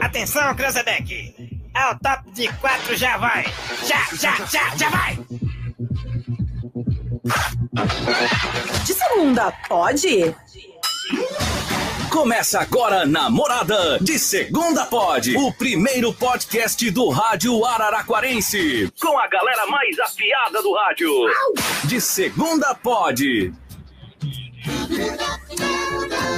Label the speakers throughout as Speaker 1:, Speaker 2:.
Speaker 1: Atenção, Cranzebeck! É o top de quatro, já vai! Já, já, já, já vai!
Speaker 2: De segunda, pode?
Speaker 3: Começa agora Namorada de Segunda Pod, o primeiro podcast do rádio araraquarense, com a galera mais afiada do rádio. De Segunda Pod.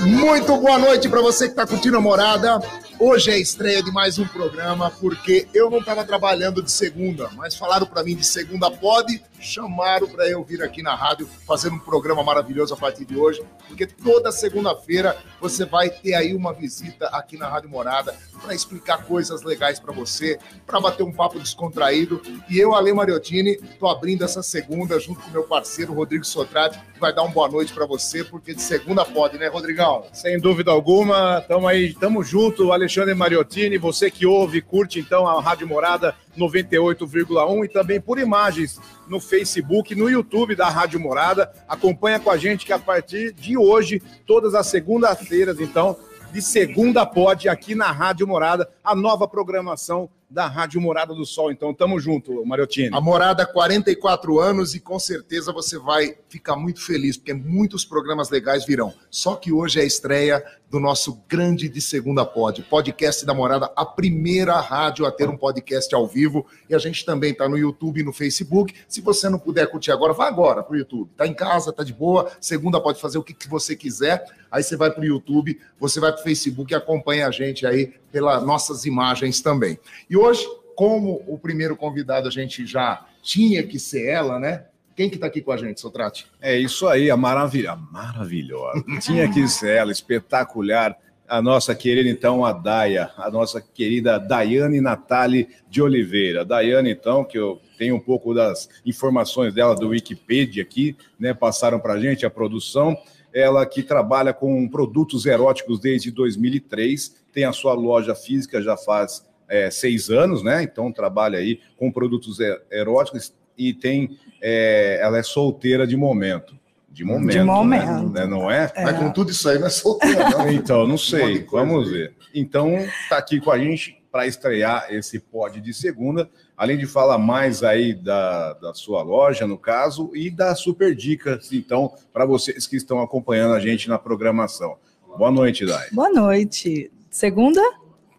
Speaker 4: Muito boa noite para você que tá curtindo a morada. Hoje é a estreia de mais um programa, porque eu não tava trabalhando de segunda, mas falaram para mim de segunda pode, chamaram para eu vir aqui na rádio fazer um programa maravilhoso a partir de hoje, porque toda segunda-feira você vai ter aí uma visita aqui na Rádio Morada para explicar coisas legais para você, para bater um papo descontraído. E eu, Ale Mariottini, tô abrindo essa segunda junto com meu parceiro Rodrigo Sotrate, que vai dar uma boa noite para você, porque de segunda pode, né, Rodrigão?
Speaker 5: Sem dúvida alguma, tamo aí, tamo junto, Alexandre Mariottini, você que ouve, curte então a Rádio Morada 98,1 e também por imagens no Facebook, no YouTube da Rádio Morada. Acompanha com a gente que a partir de hoje, todas as segundas-feiras, então, de segunda pode aqui na Rádio Morada, a nova programação da Rádio Morada do Sol. Então, tamo junto, Mariottini.
Speaker 4: A morada 44 anos e com certeza você vai ficar muito feliz, porque muitos programas legais virão. Só que hoje é a estreia do nosso grande de segunda pod, podcast da morada, a primeira rádio a ter um podcast ao vivo. E a gente também está no YouTube e no Facebook. Se você não puder curtir agora, vá agora pro YouTube. Tá em casa, tá de boa. Segunda pode fazer o que, que você quiser. Aí você vai pro YouTube, você vai pro Facebook e acompanha a gente aí pelas nossas imagens também. E hoje, como o primeiro convidado a gente já tinha que ser ela, né? Quem que tá aqui com a gente, Sotrate?
Speaker 5: É isso aí, a maravilha, a maravilhosa. Tinha que ser ela, espetacular. A nossa querida, então, a Daia, a nossa querida Daiane Natali de Oliveira. Daiane, então, que eu tenho um pouco das informações dela do Wikipedia aqui, né? Passaram pra gente a produção. Ela que trabalha com produtos eróticos desde 2003, tem a sua loja física já faz é, seis anos, né? Então trabalha aí com produtos é, eróticos e tem. é, ela é solteira de momento. De momento. né?
Speaker 2: momento.
Speaker 5: Né? Não é?
Speaker 4: Mas com tudo isso aí, não é solteira, não.
Speaker 5: Então, não
Speaker 4: Uma
Speaker 5: sei.
Speaker 4: de coisa
Speaker 5: Vamos
Speaker 4: aí.
Speaker 5: ver. Então, tá aqui com a gente para estrear esse pod de segunda, além de falar mais aí da, da sua loja, no caso, e dar super dicas, então, para vocês que estão acompanhando a gente na programação. Boa noite, Dai.
Speaker 6: Boa noite. Segunda?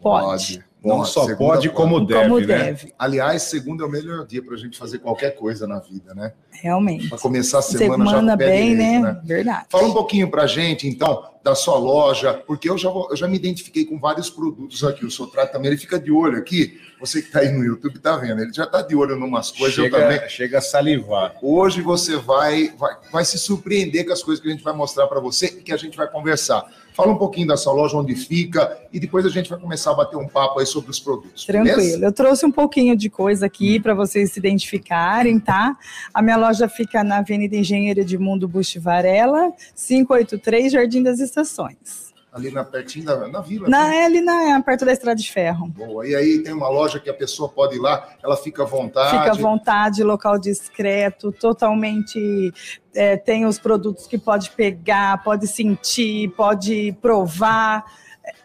Speaker 6: Pode.
Speaker 5: Não só
Speaker 4: segunda
Speaker 5: pode, como deve,
Speaker 6: Como
Speaker 5: né?
Speaker 6: deve,
Speaker 4: Aliás, segunda é o melhor dia pra gente fazer qualquer coisa na vida, né?
Speaker 6: realmente.
Speaker 4: Pra começar a semana,
Speaker 6: Semana,
Speaker 4: já pé
Speaker 6: bem,
Speaker 4: direito,
Speaker 6: né? Verdade.
Speaker 4: Fala um pouquinho pra gente, então, da sua loja, porque eu já, vou- eu já me identifiquei com vários produtos aqui. O Sotrato também, ele fica de olho aqui. Você que tá aí no YouTube tá vendo, ele já tá de olho em umas coisas,
Speaker 5: chega,
Speaker 4: eu também.
Speaker 5: chega a salivar.
Speaker 4: Hoje você vai, vai, vai se surpreender com as coisas que a gente vai mostrar pra você e que a gente vai conversar. Fala um pouquinho da sua loja, onde fica, e depois a gente vai começar a bater um papo aí sobre os produtos.
Speaker 6: Tranquilo.
Speaker 4: beleza?
Speaker 6: Eu trouxe um pouquinho de coisa aqui para vocês se identificarem, tá? A minha loja fica na Avenida Engenheiro Edmundo Bush Varela, 583, Jardim das Estações.
Speaker 4: Ali na pertinho da na vila. né?
Speaker 6: Na L, na, perto da Estrada de Ferro.
Speaker 4: Boa. E aí tem uma loja que a pessoa pode ir lá, ela fica à vontade.
Speaker 6: Fica à vontade, local discreto, totalmente. é, tem os produtos que pode pegar, pode sentir, pode provar.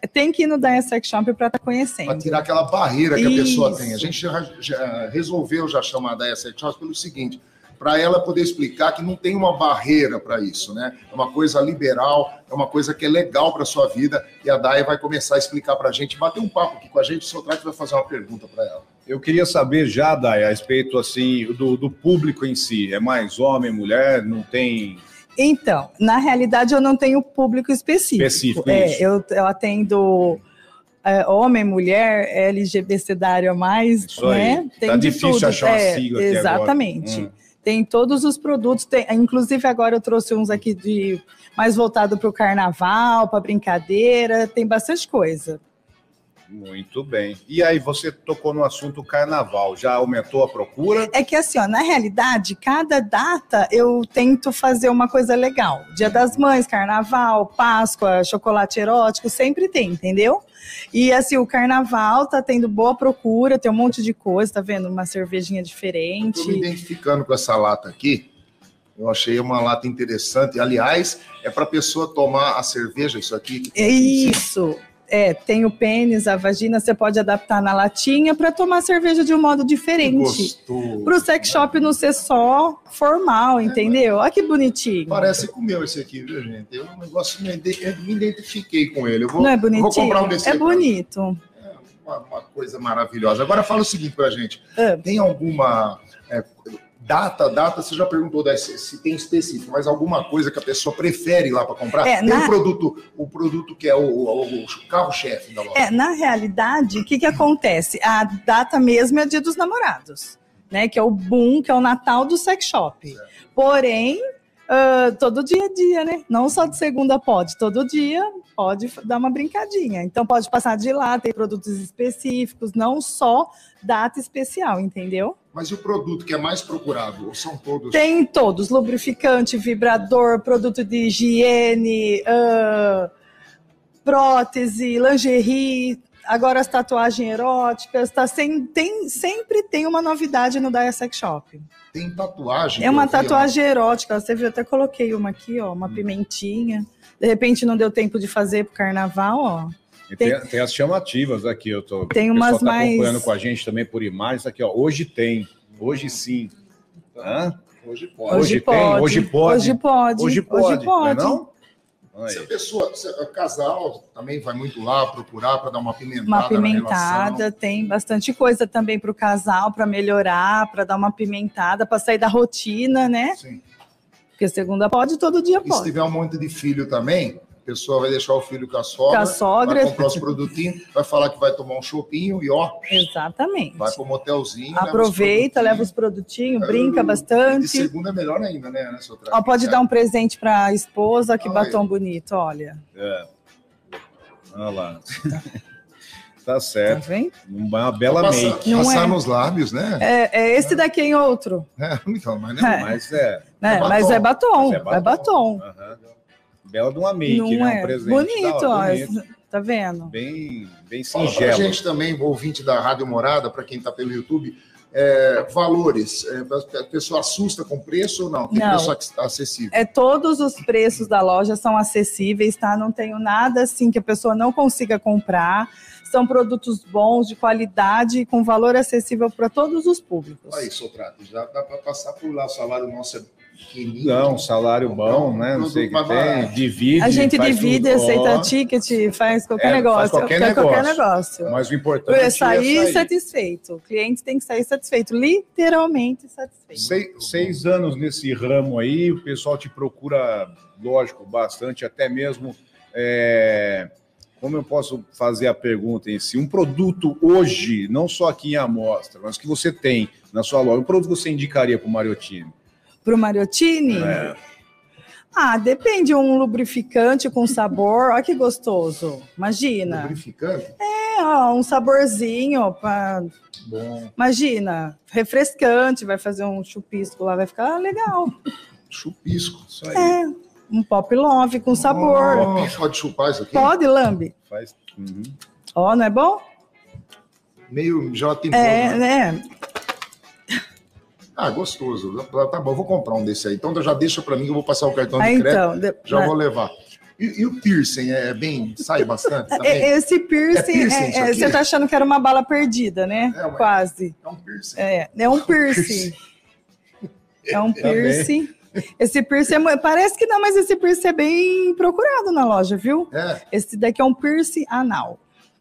Speaker 6: É, Tem que ir no Dian Sex Shop para estar
Speaker 4: Para
Speaker 6: conhecendo.
Speaker 4: tirar aquela barreira que a pessoa
Speaker 6: Isso.
Speaker 4: tem. A gente já, já resolveu já chamar a Daya Sete Horas pelo seguinte, para ela poder explicar que não tem uma barreira para isso, né? É uma coisa liberal, é uma coisa que é legal para sua vida e a Daya vai começar a explicar para a gente, bater um papo aqui com a gente, o Sotrate vai fazer uma pergunta para ela.
Speaker 5: Eu queria saber já, Dai, a respeito assim do, do público em si. É mais homem, mulher? Não tem.
Speaker 6: Então, na realidade, eu não tenho público específico.
Speaker 5: Específico,
Speaker 6: é,
Speaker 5: isso.
Speaker 6: eu, eu atendo é, homem, mulher, LGBTdário a mais,
Speaker 5: Isso
Speaker 6: né?
Speaker 5: aí. Tá
Speaker 6: de
Speaker 5: difícil
Speaker 6: tudo.
Speaker 5: achar uma
Speaker 6: É,
Speaker 5: sigla aqui agora.
Speaker 6: Exatamente.
Speaker 5: Hum.
Speaker 6: Tem todos os produtos, tem, inclusive agora eu trouxe uns aqui de mais voltado para o carnaval, para brincadeira, tem bastante coisa.
Speaker 5: Muito bem. E aí, você tocou no assunto carnaval. Já aumentou a procura?
Speaker 6: É que assim, ó, na realidade, cada data eu tento fazer uma coisa legal. Dia das Mães, Carnaval, Páscoa, chocolate erótico, sempre tem, entendeu? E assim, o Carnaval tá tendo boa procura, tem um monte de coisa, tá vendo? Uma cervejinha
Speaker 4: Estou me
Speaker 6: diferente.
Speaker 4: identificando com essa lata aqui. Eu achei uma lata interessante. Aliás, é para a pessoa tomar a cerveja, isso aqui.
Speaker 6: É isso. é, tem o pênis, a vagina, você pode adaptar na latinha para tomar cerveja de um modo diferente.
Speaker 4: Gostou.
Speaker 6: Pro sex shop não ser só
Speaker 4: É,
Speaker 6: formal, entendeu? Olha que bonitinho.
Speaker 4: Parece com o meu esse aqui, viu, gente? Eu não gosto, me, ide- eu me identifiquei com ele. Eu vou,
Speaker 6: Não é bonitinho?
Speaker 4: vou comprar um desse
Speaker 6: É
Speaker 4: aqui.
Speaker 6: bonito.
Speaker 4: Uma, uma coisa maravilhosa. Agora fala o seguinte pra gente.
Speaker 6: Ah.
Speaker 4: Tem alguma é, data, data, você já perguntou das- se tem específico, mas alguma coisa que a pessoa prefere ir lá para comprar?
Speaker 6: É,
Speaker 4: tem
Speaker 6: na-
Speaker 4: um produto, o produto que é o, o- o carro-chefe da loja.
Speaker 6: É, na realidade, o que, que acontece? A data mesmo é dia dos namorados, né? Que é o boom, que é o Natal do sex shop. Porém, ah, todo dia a dia, né? Não só de segunda pode, todo dia pode f- dar uma brincadinha. Então pode passar de lá, tem produtos específicos, não só data especial, entendeu?
Speaker 4: Mas e o produto que é mais procurado? Ou são todos?
Speaker 6: Tem todos, lubrificante, vibrador, produto de higiene, ah, prótese, lingerie, agora as tatuagens eróticas, tá sem, tem, sempre tem uma novidade no Daya Sex Shop.
Speaker 4: Tem tatuagem.
Speaker 6: É
Speaker 4: eu
Speaker 6: uma
Speaker 4: vi lá.
Speaker 6: tatuagem erótica, você viu, até coloquei uma aqui, ó,
Speaker 5: Hum.
Speaker 6: uma pimentinha. De repente não deu tempo de fazer pro carnaval, ó.
Speaker 5: E Tem, tem as chamativas aqui, eu tô.
Speaker 6: Tem
Speaker 5: o
Speaker 6: umas
Speaker 5: pessoal tá
Speaker 6: mais-
Speaker 5: acompanhando com a gente também por imagens aqui, ó. Hoje tem, hoje sim. Hã?
Speaker 4: Hoje
Speaker 5: Hoje
Speaker 4: pode.
Speaker 5: tem, hoje pode.
Speaker 6: Hoje pode.
Speaker 5: Hoje pode, não é não?
Speaker 4: Se a
Speaker 5: Aí.
Speaker 4: é pessoa, se o casal também vai muito lá procurar para dar uma pimentada.
Speaker 6: uma
Speaker 4: Na relação.
Speaker 6: pimentada, tem bastante coisa também para o casal, para melhorar, para dar uma pimentada, para sair da rotina, né?
Speaker 4: Sim.
Speaker 6: Porque segunda pode, todo dia
Speaker 4: E se
Speaker 6: pode.
Speaker 4: tiver um monte de filho também, a pessoa vai deixar o filho com a sogra.
Speaker 6: Com a sogra.
Speaker 4: Vai comprar os produtinhos, vai falar que vai tomar um chopinho e ó,
Speaker 6: Exatamente.
Speaker 4: vai para o motelzinho. leva os É,
Speaker 6: Aproveita, leva os produtinhos, brinca
Speaker 4: De
Speaker 6: bastante.
Speaker 4: segunda é melhor ainda, né, né seu
Speaker 6: Ó, pode dar um presente para a esposa, que
Speaker 4: Olha.
Speaker 6: batom bonito, olha.
Speaker 5: é. Olha lá. tá
Speaker 6: Tá
Speaker 5: certo.
Speaker 6: vendo?
Speaker 5: Uma bela
Speaker 4: Passar,
Speaker 5: make.
Speaker 6: Não
Speaker 4: passar
Speaker 6: é.
Speaker 4: nos lábios, né?
Speaker 6: É, é esse daqui em outro,
Speaker 4: Então, mas
Speaker 6: É.
Speaker 4: né?
Speaker 5: Mas é.
Speaker 6: né?
Speaker 4: É batom.
Speaker 6: Mas é batom,
Speaker 5: Mas é batom.
Speaker 6: é batom.
Speaker 5: aham. Bela de uma make,
Speaker 6: Não
Speaker 5: né? Um
Speaker 6: é.
Speaker 5: presente. da
Speaker 6: bonito, ó.
Speaker 5: hora, bonito.
Speaker 6: Tá vendo?
Speaker 5: Bem, bem
Speaker 4: Fala pra
Speaker 5: singelo.
Speaker 4: gente também, ouvinte da Rádio Morada, para quem está pelo YouTube, é, valores. É, a pessoa assusta com preço ou não? Tem
Speaker 6: Não.
Speaker 4: preço ac- acessível.
Speaker 6: É, todos os preços da loja são acessíveis, tá? Não tenho nada assim que a pessoa não consiga comprar. São produtos bons, de qualidade, e com valor acessível para todos os públicos.
Speaker 4: Olha aí, Sotrato, já dá para passar por lá. O salário nosso é pequenininho.
Speaker 5: Não, salário bom, né? Não sei o que
Speaker 4: Então, Produto mais
Speaker 5: tem.
Speaker 4: barato.
Speaker 5: Divide.
Speaker 6: a gente
Speaker 5: faz
Speaker 6: divide,
Speaker 5: tudo.
Speaker 6: aceita
Speaker 5: Ó,
Speaker 6: ticket, faz qualquer
Speaker 5: É, faz
Speaker 6: negócio.
Speaker 5: qualquer
Speaker 6: negócio.
Speaker 5: Mas o importante
Speaker 6: É
Speaker 5: é
Speaker 6: sair
Speaker 5: sair.
Speaker 6: satisfeito. O cliente tem que sair satisfeito, literalmente satisfeito.
Speaker 5: Seis, seis anos nesse ramo aí, o pessoal te procura, lógico, bastante, até mesmo. é, como eu posso fazer a pergunta em si? Um produto hoje, não só aqui em amostra, mas que você tem na sua loja, um produto que você indicaria para o Mariotini?
Speaker 6: Pro Mariottini?
Speaker 5: É.
Speaker 6: Ah, depende. Um lubrificante com sabor. Olha que gostoso. Imagina.
Speaker 4: Lubrificante?
Speaker 6: É, ó, um saborzinho, pra-
Speaker 4: Bom.
Speaker 6: imagina, refrescante, vai fazer um chupisco lá, vai ficar ah, legal.
Speaker 4: Chupisco. Isso aí.
Speaker 6: É, um pop love com sabor.
Speaker 4: Oh, pode chupar isso aqui?
Speaker 6: Pode, Lambe?
Speaker 5: Faz. Uhum.
Speaker 6: Ó, não é bom?
Speaker 4: Meio já tem
Speaker 6: É, né?
Speaker 4: Ah, gostoso. Tá- Tá bom, eu vou comprar um desse aí. Então já deixa para mim que eu vou passar o cartão de
Speaker 6: Ah,
Speaker 4: crédito.
Speaker 6: então, de-
Speaker 4: Já
Speaker 6: ah,
Speaker 4: vou levar. E, e o piercing é Tá bem. sai bastante também?
Speaker 6: é- Esse piercing,
Speaker 4: É piercing
Speaker 6: é-
Speaker 4: isso
Speaker 6: é,
Speaker 4: aqui?
Speaker 6: você tá achando que era uma bala perdida, né?
Speaker 4: É, mas-
Speaker 6: Quase.
Speaker 4: É um piercing.
Speaker 6: É, é um piercing. É
Speaker 4: Tá
Speaker 6: um piercing. Esse piercing é, mu- parece que não, mas esse piercing é bem procurado na loja, viu?
Speaker 4: É.
Speaker 6: Esse daqui é um piercing anal,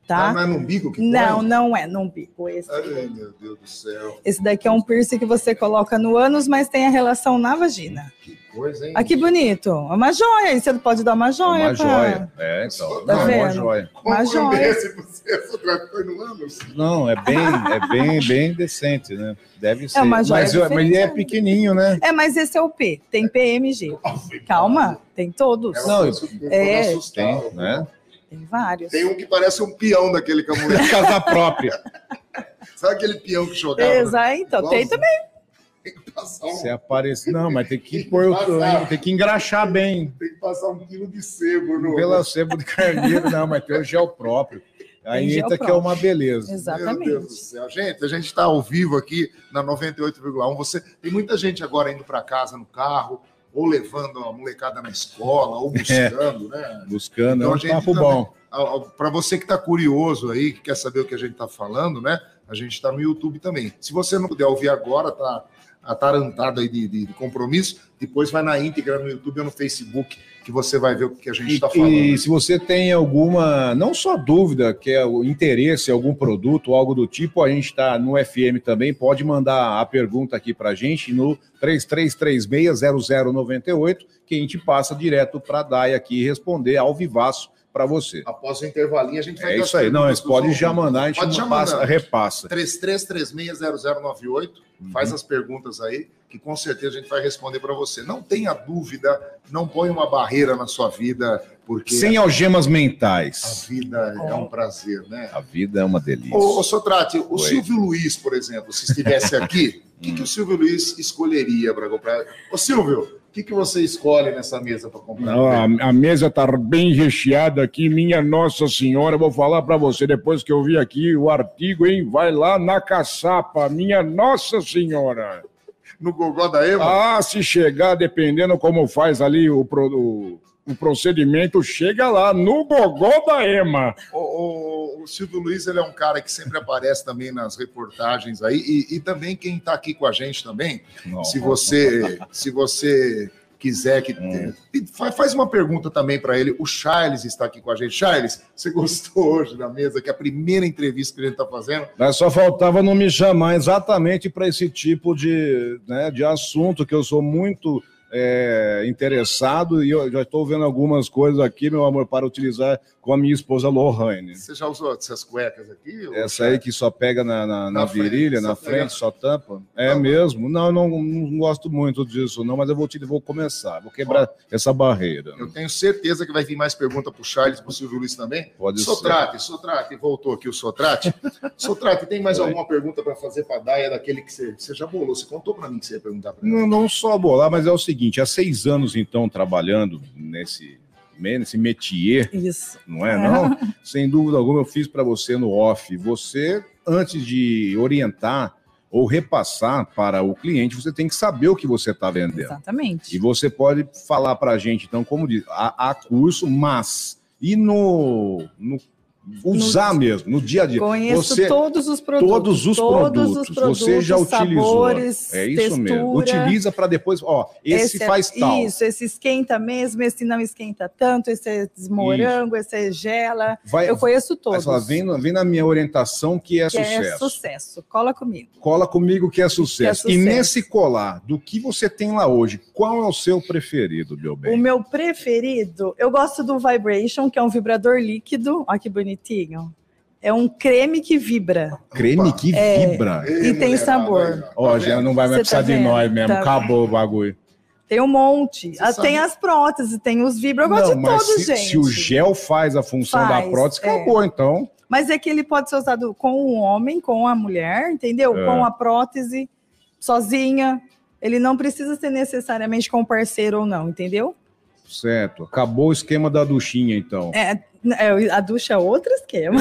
Speaker 6: tá?
Speaker 4: Não é no umbigo que
Speaker 6: Não,
Speaker 4: põe?
Speaker 6: não é num bico esse.
Speaker 4: Ai, meu Deus do céu.
Speaker 6: Esse daqui é um piercing que você coloca no ânus, mas tem a relação na vagina.
Speaker 4: Que coisa, hein?
Speaker 6: Ah, que bonito. É uma joia. Aí você pode dar uma
Speaker 5: É
Speaker 6: joia. pra-
Speaker 5: uma joia. É, então.
Speaker 4: Tá
Speaker 5: não, é uma
Speaker 6: vendo?
Speaker 5: joia.
Speaker 4: Como
Speaker 6: uma
Speaker 4: um
Speaker 6: joia.
Speaker 4: desse você só foi no ânus?
Speaker 5: Não, é bem, é bem, bem decente, né? Deve ser.
Speaker 6: uma joia
Speaker 5: mas, eu- mas ele é
Speaker 6: diferenciada.
Speaker 5: pequenininho, né?
Speaker 6: É, mas esse é o P. Tem PMG. Calma, tem todos.
Speaker 4: Ela
Speaker 5: Não,
Speaker 4: foi su- foi
Speaker 6: é,
Speaker 4: assustada.
Speaker 5: Tem, né?
Speaker 6: Tem vários.
Speaker 4: Tem um que parece um peão daquele caminhão.
Speaker 5: Casa própria.
Speaker 4: Sabe aquele peão que jogava?
Speaker 6: Exato, então. Tem
Speaker 4: Igualzinho.
Speaker 6: também.
Speaker 4: Tem que passar
Speaker 5: Se
Speaker 4: um,
Speaker 5: aparece. Não, mas tem que pôr o tem que engraxar bem.
Speaker 4: tem que passar um quilo de sebo no.
Speaker 5: Pela sebo de carneiro, não, mas tem o gel próprio.
Speaker 6: Tem
Speaker 5: Aí
Speaker 6: gel
Speaker 5: entra que é
Speaker 6: próprio.
Speaker 5: uma beleza.
Speaker 6: Exatamente.
Speaker 4: Meu Deus do céu. Gente, a gente tá um. está ao vivo aqui na 98,1. Você tem muita gente agora indo para casa no carro, ou levando a molecada na escola,
Speaker 5: É.
Speaker 4: ou buscando, né?
Speaker 5: Buscando,
Speaker 4: Então,
Speaker 5: é
Speaker 4: a
Speaker 5: um
Speaker 4: gente
Speaker 5: papo
Speaker 4: também-
Speaker 5: bom.
Speaker 4: Para você que está curioso aí, que quer saber o que a gente está falando, né? A gente está no YouTube também. Se você não puder ouvir agora, tá atarantado aí de, de- de compromisso, depois vai na íntegra no YouTube ou no Facebook que você vai ver o que a gente
Speaker 5: E,
Speaker 4: está falando. né?
Speaker 5: e se você tem alguma, não só dúvida, que é o interesse, algum produto, algo do tipo, a gente está no FM também, pode mandar a pergunta aqui para gente no 33360098, que a gente passa direto para a Dai aqui responder ao vivaço para você.
Speaker 4: Após o intervalinho, a gente vai
Speaker 5: É
Speaker 4: dar
Speaker 5: isso
Speaker 4: as
Speaker 5: aí, não,
Speaker 4: perguntas
Speaker 5: mas pode
Speaker 4: dos
Speaker 5: já
Speaker 4: ouvintes.
Speaker 5: mandar, a gente
Speaker 4: Pode já
Speaker 5: passa,
Speaker 4: mandar.
Speaker 5: repassa.
Speaker 4: 33360098,
Speaker 5: Uhum.
Speaker 4: faz as perguntas aí, que com certeza a gente vai responder para você. Não tenha dúvida, não ponha uma barreira na sua vida, porque
Speaker 5: Sem algemas
Speaker 4: a
Speaker 5: mentais.
Speaker 4: vida é um prazer, né?
Speaker 5: A vida é uma delícia.
Speaker 4: Ô, ô Sotrate, o
Speaker 5: Oi.
Speaker 4: Silvio Luiz, por exemplo, se estivesse aqui, o que, que o Silvio Luiz escolheria para comprar? Ô Silvio, o que, que você escolhe nessa mesa para comprar?
Speaker 7: Não, a, a mesa tá bem recheada aqui, minha Nossa Senhora. Vou falar pra você depois que eu vi aqui o artigo, hein? Vai lá na caçapa, minha Nossa Senhora.
Speaker 4: No gogó da Eva?
Speaker 7: Ah, se chegar, dependendo como faz ali o, pro- o- o procedimento, chega lá no gogó da Ema.
Speaker 4: O, o- o Silvio Luiz ele é um cara que sempre aparece também nas reportagens aí, e, e também quem está aqui com a gente também,
Speaker 5: Não.
Speaker 4: se você se você quiser que e fa- faz uma pergunta também para ele. O Charles está aqui com a gente. Charles, você gostou hoje da mesa? Que é a primeira entrevista que a gente está fazendo.
Speaker 5: Mas só faltava não me chamar exatamente para esse tipo de, né, de assunto, que eu sou muito é, interessado e eu já estou vendo algumas coisas aqui, meu amor, para utilizar com a minha esposa Lohane.
Speaker 4: Você já usou essas cuecas aqui? ô
Speaker 5: Essa aí que só pega na, na, na
Speaker 4: Na frente,
Speaker 5: virilha,
Speaker 4: só
Speaker 5: na
Speaker 4: pega.
Speaker 5: frente, só tampa. É
Speaker 4: Tampa.
Speaker 5: mesmo? Não, eu não, não gosto muito disso, não, mas eu vou, te, vou começar, vou quebrar essa barreira.
Speaker 4: Eu tenho certeza que vai vir mais pergunta para o Charles, para o Silvio Luiz também.
Speaker 5: Pode ser.
Speaker 4: Sotrate, Sotrate, voltou aqui o Sotrate. Sotrate, tem mais
Speaker 5: Oi.
Speaker 4: alguma pergunta para fazer para a Daia daquele que você, você já bolou? Você contou para mim que você ia perguntar para ela.
Speaker 5: Não, não só bolar, mas é o seguinte: há seis anos, então, trabalhando nesse, né, nesse métier,
Speaker 6: Isso.
Speaker 5: não é? Não? Sem dúvida alguma, eu fiz para você no off. Você, antes de orientar ou repassar para o cliente, você tem que saber o que você está vendendo. E
Speaker 6: Exatamente.
Speaker 5: você pode falar para a gente, então, como diz, há, há curso, mas. E no. no usar mesmo, no dia a dia.
Speaker 6: Conheço
Speaker 5: você,
Speaker 6: todos os produtos.
Speaker 5: todos os produtos, você já utilizou.
Speaker 6: Sabores,
Speaker 5: É isso mesmo.
Speaker 6: textura.
Speaker 5: Utiliza para depois, ó, esse,
Speaker 6: é-
Speaker 5: faz tal.
Speaker 6: Isso, esse esquenta mesmo, esse não esquenta tanto, esse é morango, esse é gela.
Speaker 5: Vai,
Speaker 6: Eu conheço
Speaker 5: Aí
Speaker 6: todos.
Speaker 5: você fala, vem, na- vem na minha orientação que é
Speaker 6: que é
Speaker 5: sucesso.
Speaker 6: sucesso. Cola comigo.
Speaker 5: Cola comigo que é sucesso. E
Speaker 6: sucesso.
Speaker 5: nesse colar, do que você tem lá hoje, qual é o seu preferido, meu
Speaker 6: O
Speaker 5: bem?
Speaker 6: meu preferido, eu gosto do Vibration, que é um vibrador líquido. Olha que bonitinho. É um creme que vibra.
Speaker 5: Creme que
Speaker 6: É.
Speaker 5: vibra.
Speaker 4: Ei,
Speaker 6: E tem
Speaker 4: mulherada,
Speaker 6: sabor.
Speaker 4: aí, ó,
Speaker 5: Ó,
Speaker 4: tá
Speaker 5: já
Speaker 4: vendo?
Speaker 5: não vai mais
Speaker 6: Você
Speaker 5: precisar
Speaker 6: tá
Speaker 5: de
Speaker 6: vendo?
Speaker 5: nós mesmo.
Speaker 6: Tá.
Speaker 5: Acabou o bagulho.
Speaker 6: Tem um monte.
Speaker 4: Você
Speaker 6: Ah,
Speaker 4: sabe-
Speaker 6: Tem as próteses, tem os vibra. Eu gosto
Speaker 5: Não,
Speaker 6: de
Speaker 5: mas
Speaker 6: todos,
Speaker 5: se,
Speaker 6: gente.
Speaker 5: se o gel faz a função da
Speaker 6: Faz,
Speaker 5: prótese,
Speaker 6: é.
Speaker 5: acabou, então.
Speaker 6: Mas é que ele pode ser usado com o homem, com a mulher, entendeu?
Speaker 5: É.
Speaker 6: Com a prótese, sozinha. Ele não precisa ser necessariamente com o parceiro ou não, entendeu?
Speaker 5: Certo. Acabou o esquema da duchinha, então.
Speaker 6: É, é, a ducha é outro esquema.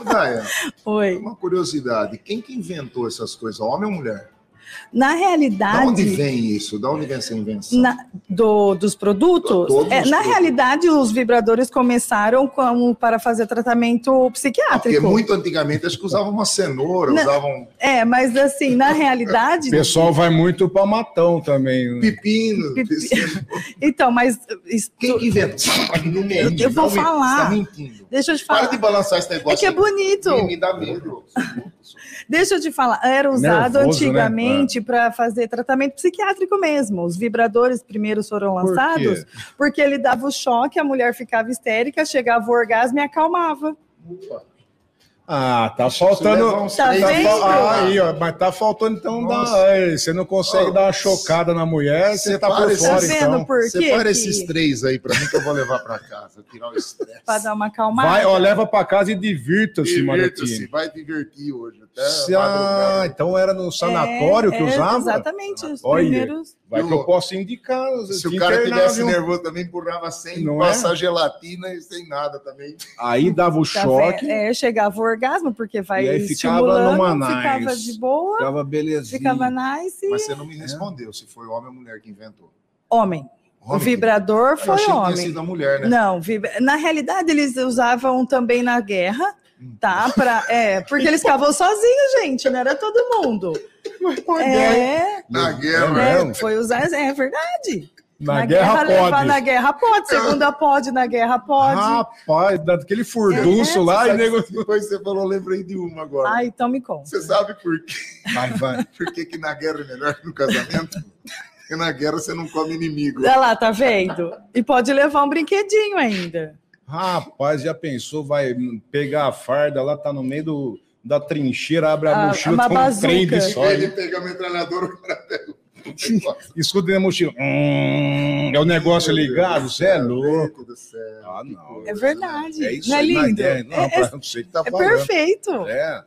Speaker 4: Ô, Daia,
Speaker 6: Oi.
Speaker 4: uma curiosidade: quem que inventou essas coisas, homem ou mulher?
Speaker 6: Na
Speaker 4: Da onde
Speaker 6: realidade,
Speaker 4: vem isso? Da onde vem essa invenção?
Speaker 6: na- do- dos produtos,
Speaker 4: Todos
Speaker 6: é,
Speaker 4: os
Speaker 6: na
Speaker 4: produtos.
Speaker 6: realidade, os vibradores começaram como para fazer tratamento
Speaker 4: Porque
Speaker 6: psiquiátrico.
Speaker 4: muito antigamente acho que usavam uma cenoura,
Speaker 6: Não.
Speaker 4: usavam
Speaker 6: É, mas assim, na realidade,
Speaker 5: O pessoal vai muito para matão também. né?
Speaker 4: um pepino.
Speaker 6: então, mas isso-
Speaker 4: Quem que inventou? Você tá não mente,
Speaker 6: Eu vou
Speaker 4: não mente,
Speaker 6: falar.
Speaker 4: Você tá mentindo.
Speaker 6: deixa eu te
Speaker 4: Para
Speaker 6: falar.
Speaker 4: de balançar esse negócio.
Speaker 6: É que é
Speaker 4: aí.
Speaker 6: bonito.
Speaker 4: Me, me dá medo.
Speaker 6: Deixa eu te falar, era usado
Speaker 5: Nervoso, né?
Speaker 6: antigamente para fazer tratamento psiquiátrico mesmo. Os vibradores primeiros foram
Speaker 5: Por quê?
Speaker 6: lançados porque ele dava o choque, a mulher ficava histérica, chegava o orgasmo e acalmava.
Speaker 5: Ah, tá
Speaker 4: Isso leva
Speaker 5: faltando.
Speaker 4: uns
Speaker 6: Tá
Speaker 4: três
Speaker 5: Tá
Speaker 6: vendo?
Speaker 4: dias pra
Speaker 5: fal-
Speaker 4: lá.
Speaker 5: aí, ó, mas tá faltando então
Speaker 4: Nossa.
Speaker 5: dar. aí, Você não consegue
Speaker 4: Ô,
Speaker 5: dar uma chocada na mulher, você tá por
Speaker 4: separa
Speaker 5: fora,
Speaker 4: esses-
Speaker 6: tá vendo
Speaker 5: então.
Speaker 6: por quê?
Speaker 4: Separa
Speaker 6: que-
Speaker 4: esses três aí pra mim que eu vou levar pra casa, tirar o estresse.
Speaker 6: Para dar uma acalmada.
Speaker 5: Vai, ó, leva pra casa e divirta-se,
Speaker 4: Divirta-se,
Speaker 5: Marotinho.
Speaker 4: vai divertir hoje. Até
Speaker 5: Se-
Speaker 4: madrugada.
Speaker 5: Ah, então era no sanatório
Speaker 6: É,
Speaker 5: que
Speaker 6: é,
Speaker 5: usava?
Speaker 6: Exatamente, os
Speaker 5: Olha.
Speaker 6: primeiros.
Speaker 5: Vai que
Speaker 4: Eu-
Speaker 5: eu posso indicar. às vezes, um.
Speaker 4: Se o cara
Speaker 5: internar,
Speaker 4: tivesse
Speaker 5: viu?
Speaker 4: nervoso também, empurrava sem
Speaker 5: Não é?
Speaker 4: passar gelatina e sem nada também.
Speaker 5: Aí dava o
Speaker 6: Tá
Speaker 5: choque,
Speaker 6: vendo? É, chegava o orgasmo, porque vai
Speaker 5: E aí ficava
Speaker 6: estimulando,
Speaker 5: numa
Speaker 6: ficava
Speaker 5: nice.
Speaker 6: de boa,
Speaker 5: ficava belezinha.
Speaker 6: ficava nice.
Speaker 5: É?
Speaker 4: Mas você não me respondeu se foi homem ou mulher que inventou.
Speaker 6: Homem.
Speaker 4: Homem
Speaker 6: o
Speaker 4: que-
Speaker 6: vibrador
Speaker 4: Eu
Speaker 6: foi
Speaker 4: achei que
Speaker 6: homem.
Speaker 4: tinha sido a mulher, né?
Speaker 6: Não, vibra- na realidade eles usavam também na guerra,
Speaker 5: Hum.
Speaker 6: tá? Pra, é, porque eles ficavam sozinhos, gente, não era todo mundo. É,
Speaker 4: Na guerra.
Speaker 5: É
Speaker 6: é,
Speaker 5: mesmo?
Speaker 6: foi usar, é verdade.
Speaker 5: Na guerra pode. Ah,
Speaker 6: na guerra pode, segunda pode, na guerra pode.
Speaker 5: Rapaz, daquele furduço
Speaker 6: É,
Speaker 5: lá e nego.
Speaker 4: Depois você falou, lembrei de uma agora.
Speaker 6: Ah, então me conta.
Speaker 4: Você sabe por quê?
Speaker 5: Vai, vai.
Speaker 4: Por que, que na guerra é melhor que no casamento? Porque na guerra você não come inimigo.
Speaker 6: Olha lá, tá vendo? E pode levar um brinquedinho ainda.
Speaker 5: Rapaz, já pensou, vai pegar a farda lá, tá no meio do, da trincheira, abre a
Speaker 6: Ah,
Speaker 5: mochila,
Speaker 6: uma
Speaker 5: tá um trem
Speaker 6: bazuca.
Speaker 5: de
Speaker 4: Em
Speaker 5: só.
Speaker 4: vez de pegar a metralhadora, o cara pega o negócio.
Speaker 5: Escuta na mochila. Hum, é o negócio ligado, você é louco.
Speaker 4: Gente do céu.
Speaker 5: Ah, não.
Speaker 6: É verdade.
Speaker 5: É isso
Speaker 6: não é
Speaker 5: aí,
Speaker 6: lindo?
Speaker 5: Não, é, não,
Speaker 6: É- é-
Speaker 5: pra você que tá
Speaker 6: é
Speaker 5: falando.
Speaker 6: perfeito.
Speaker 5: É.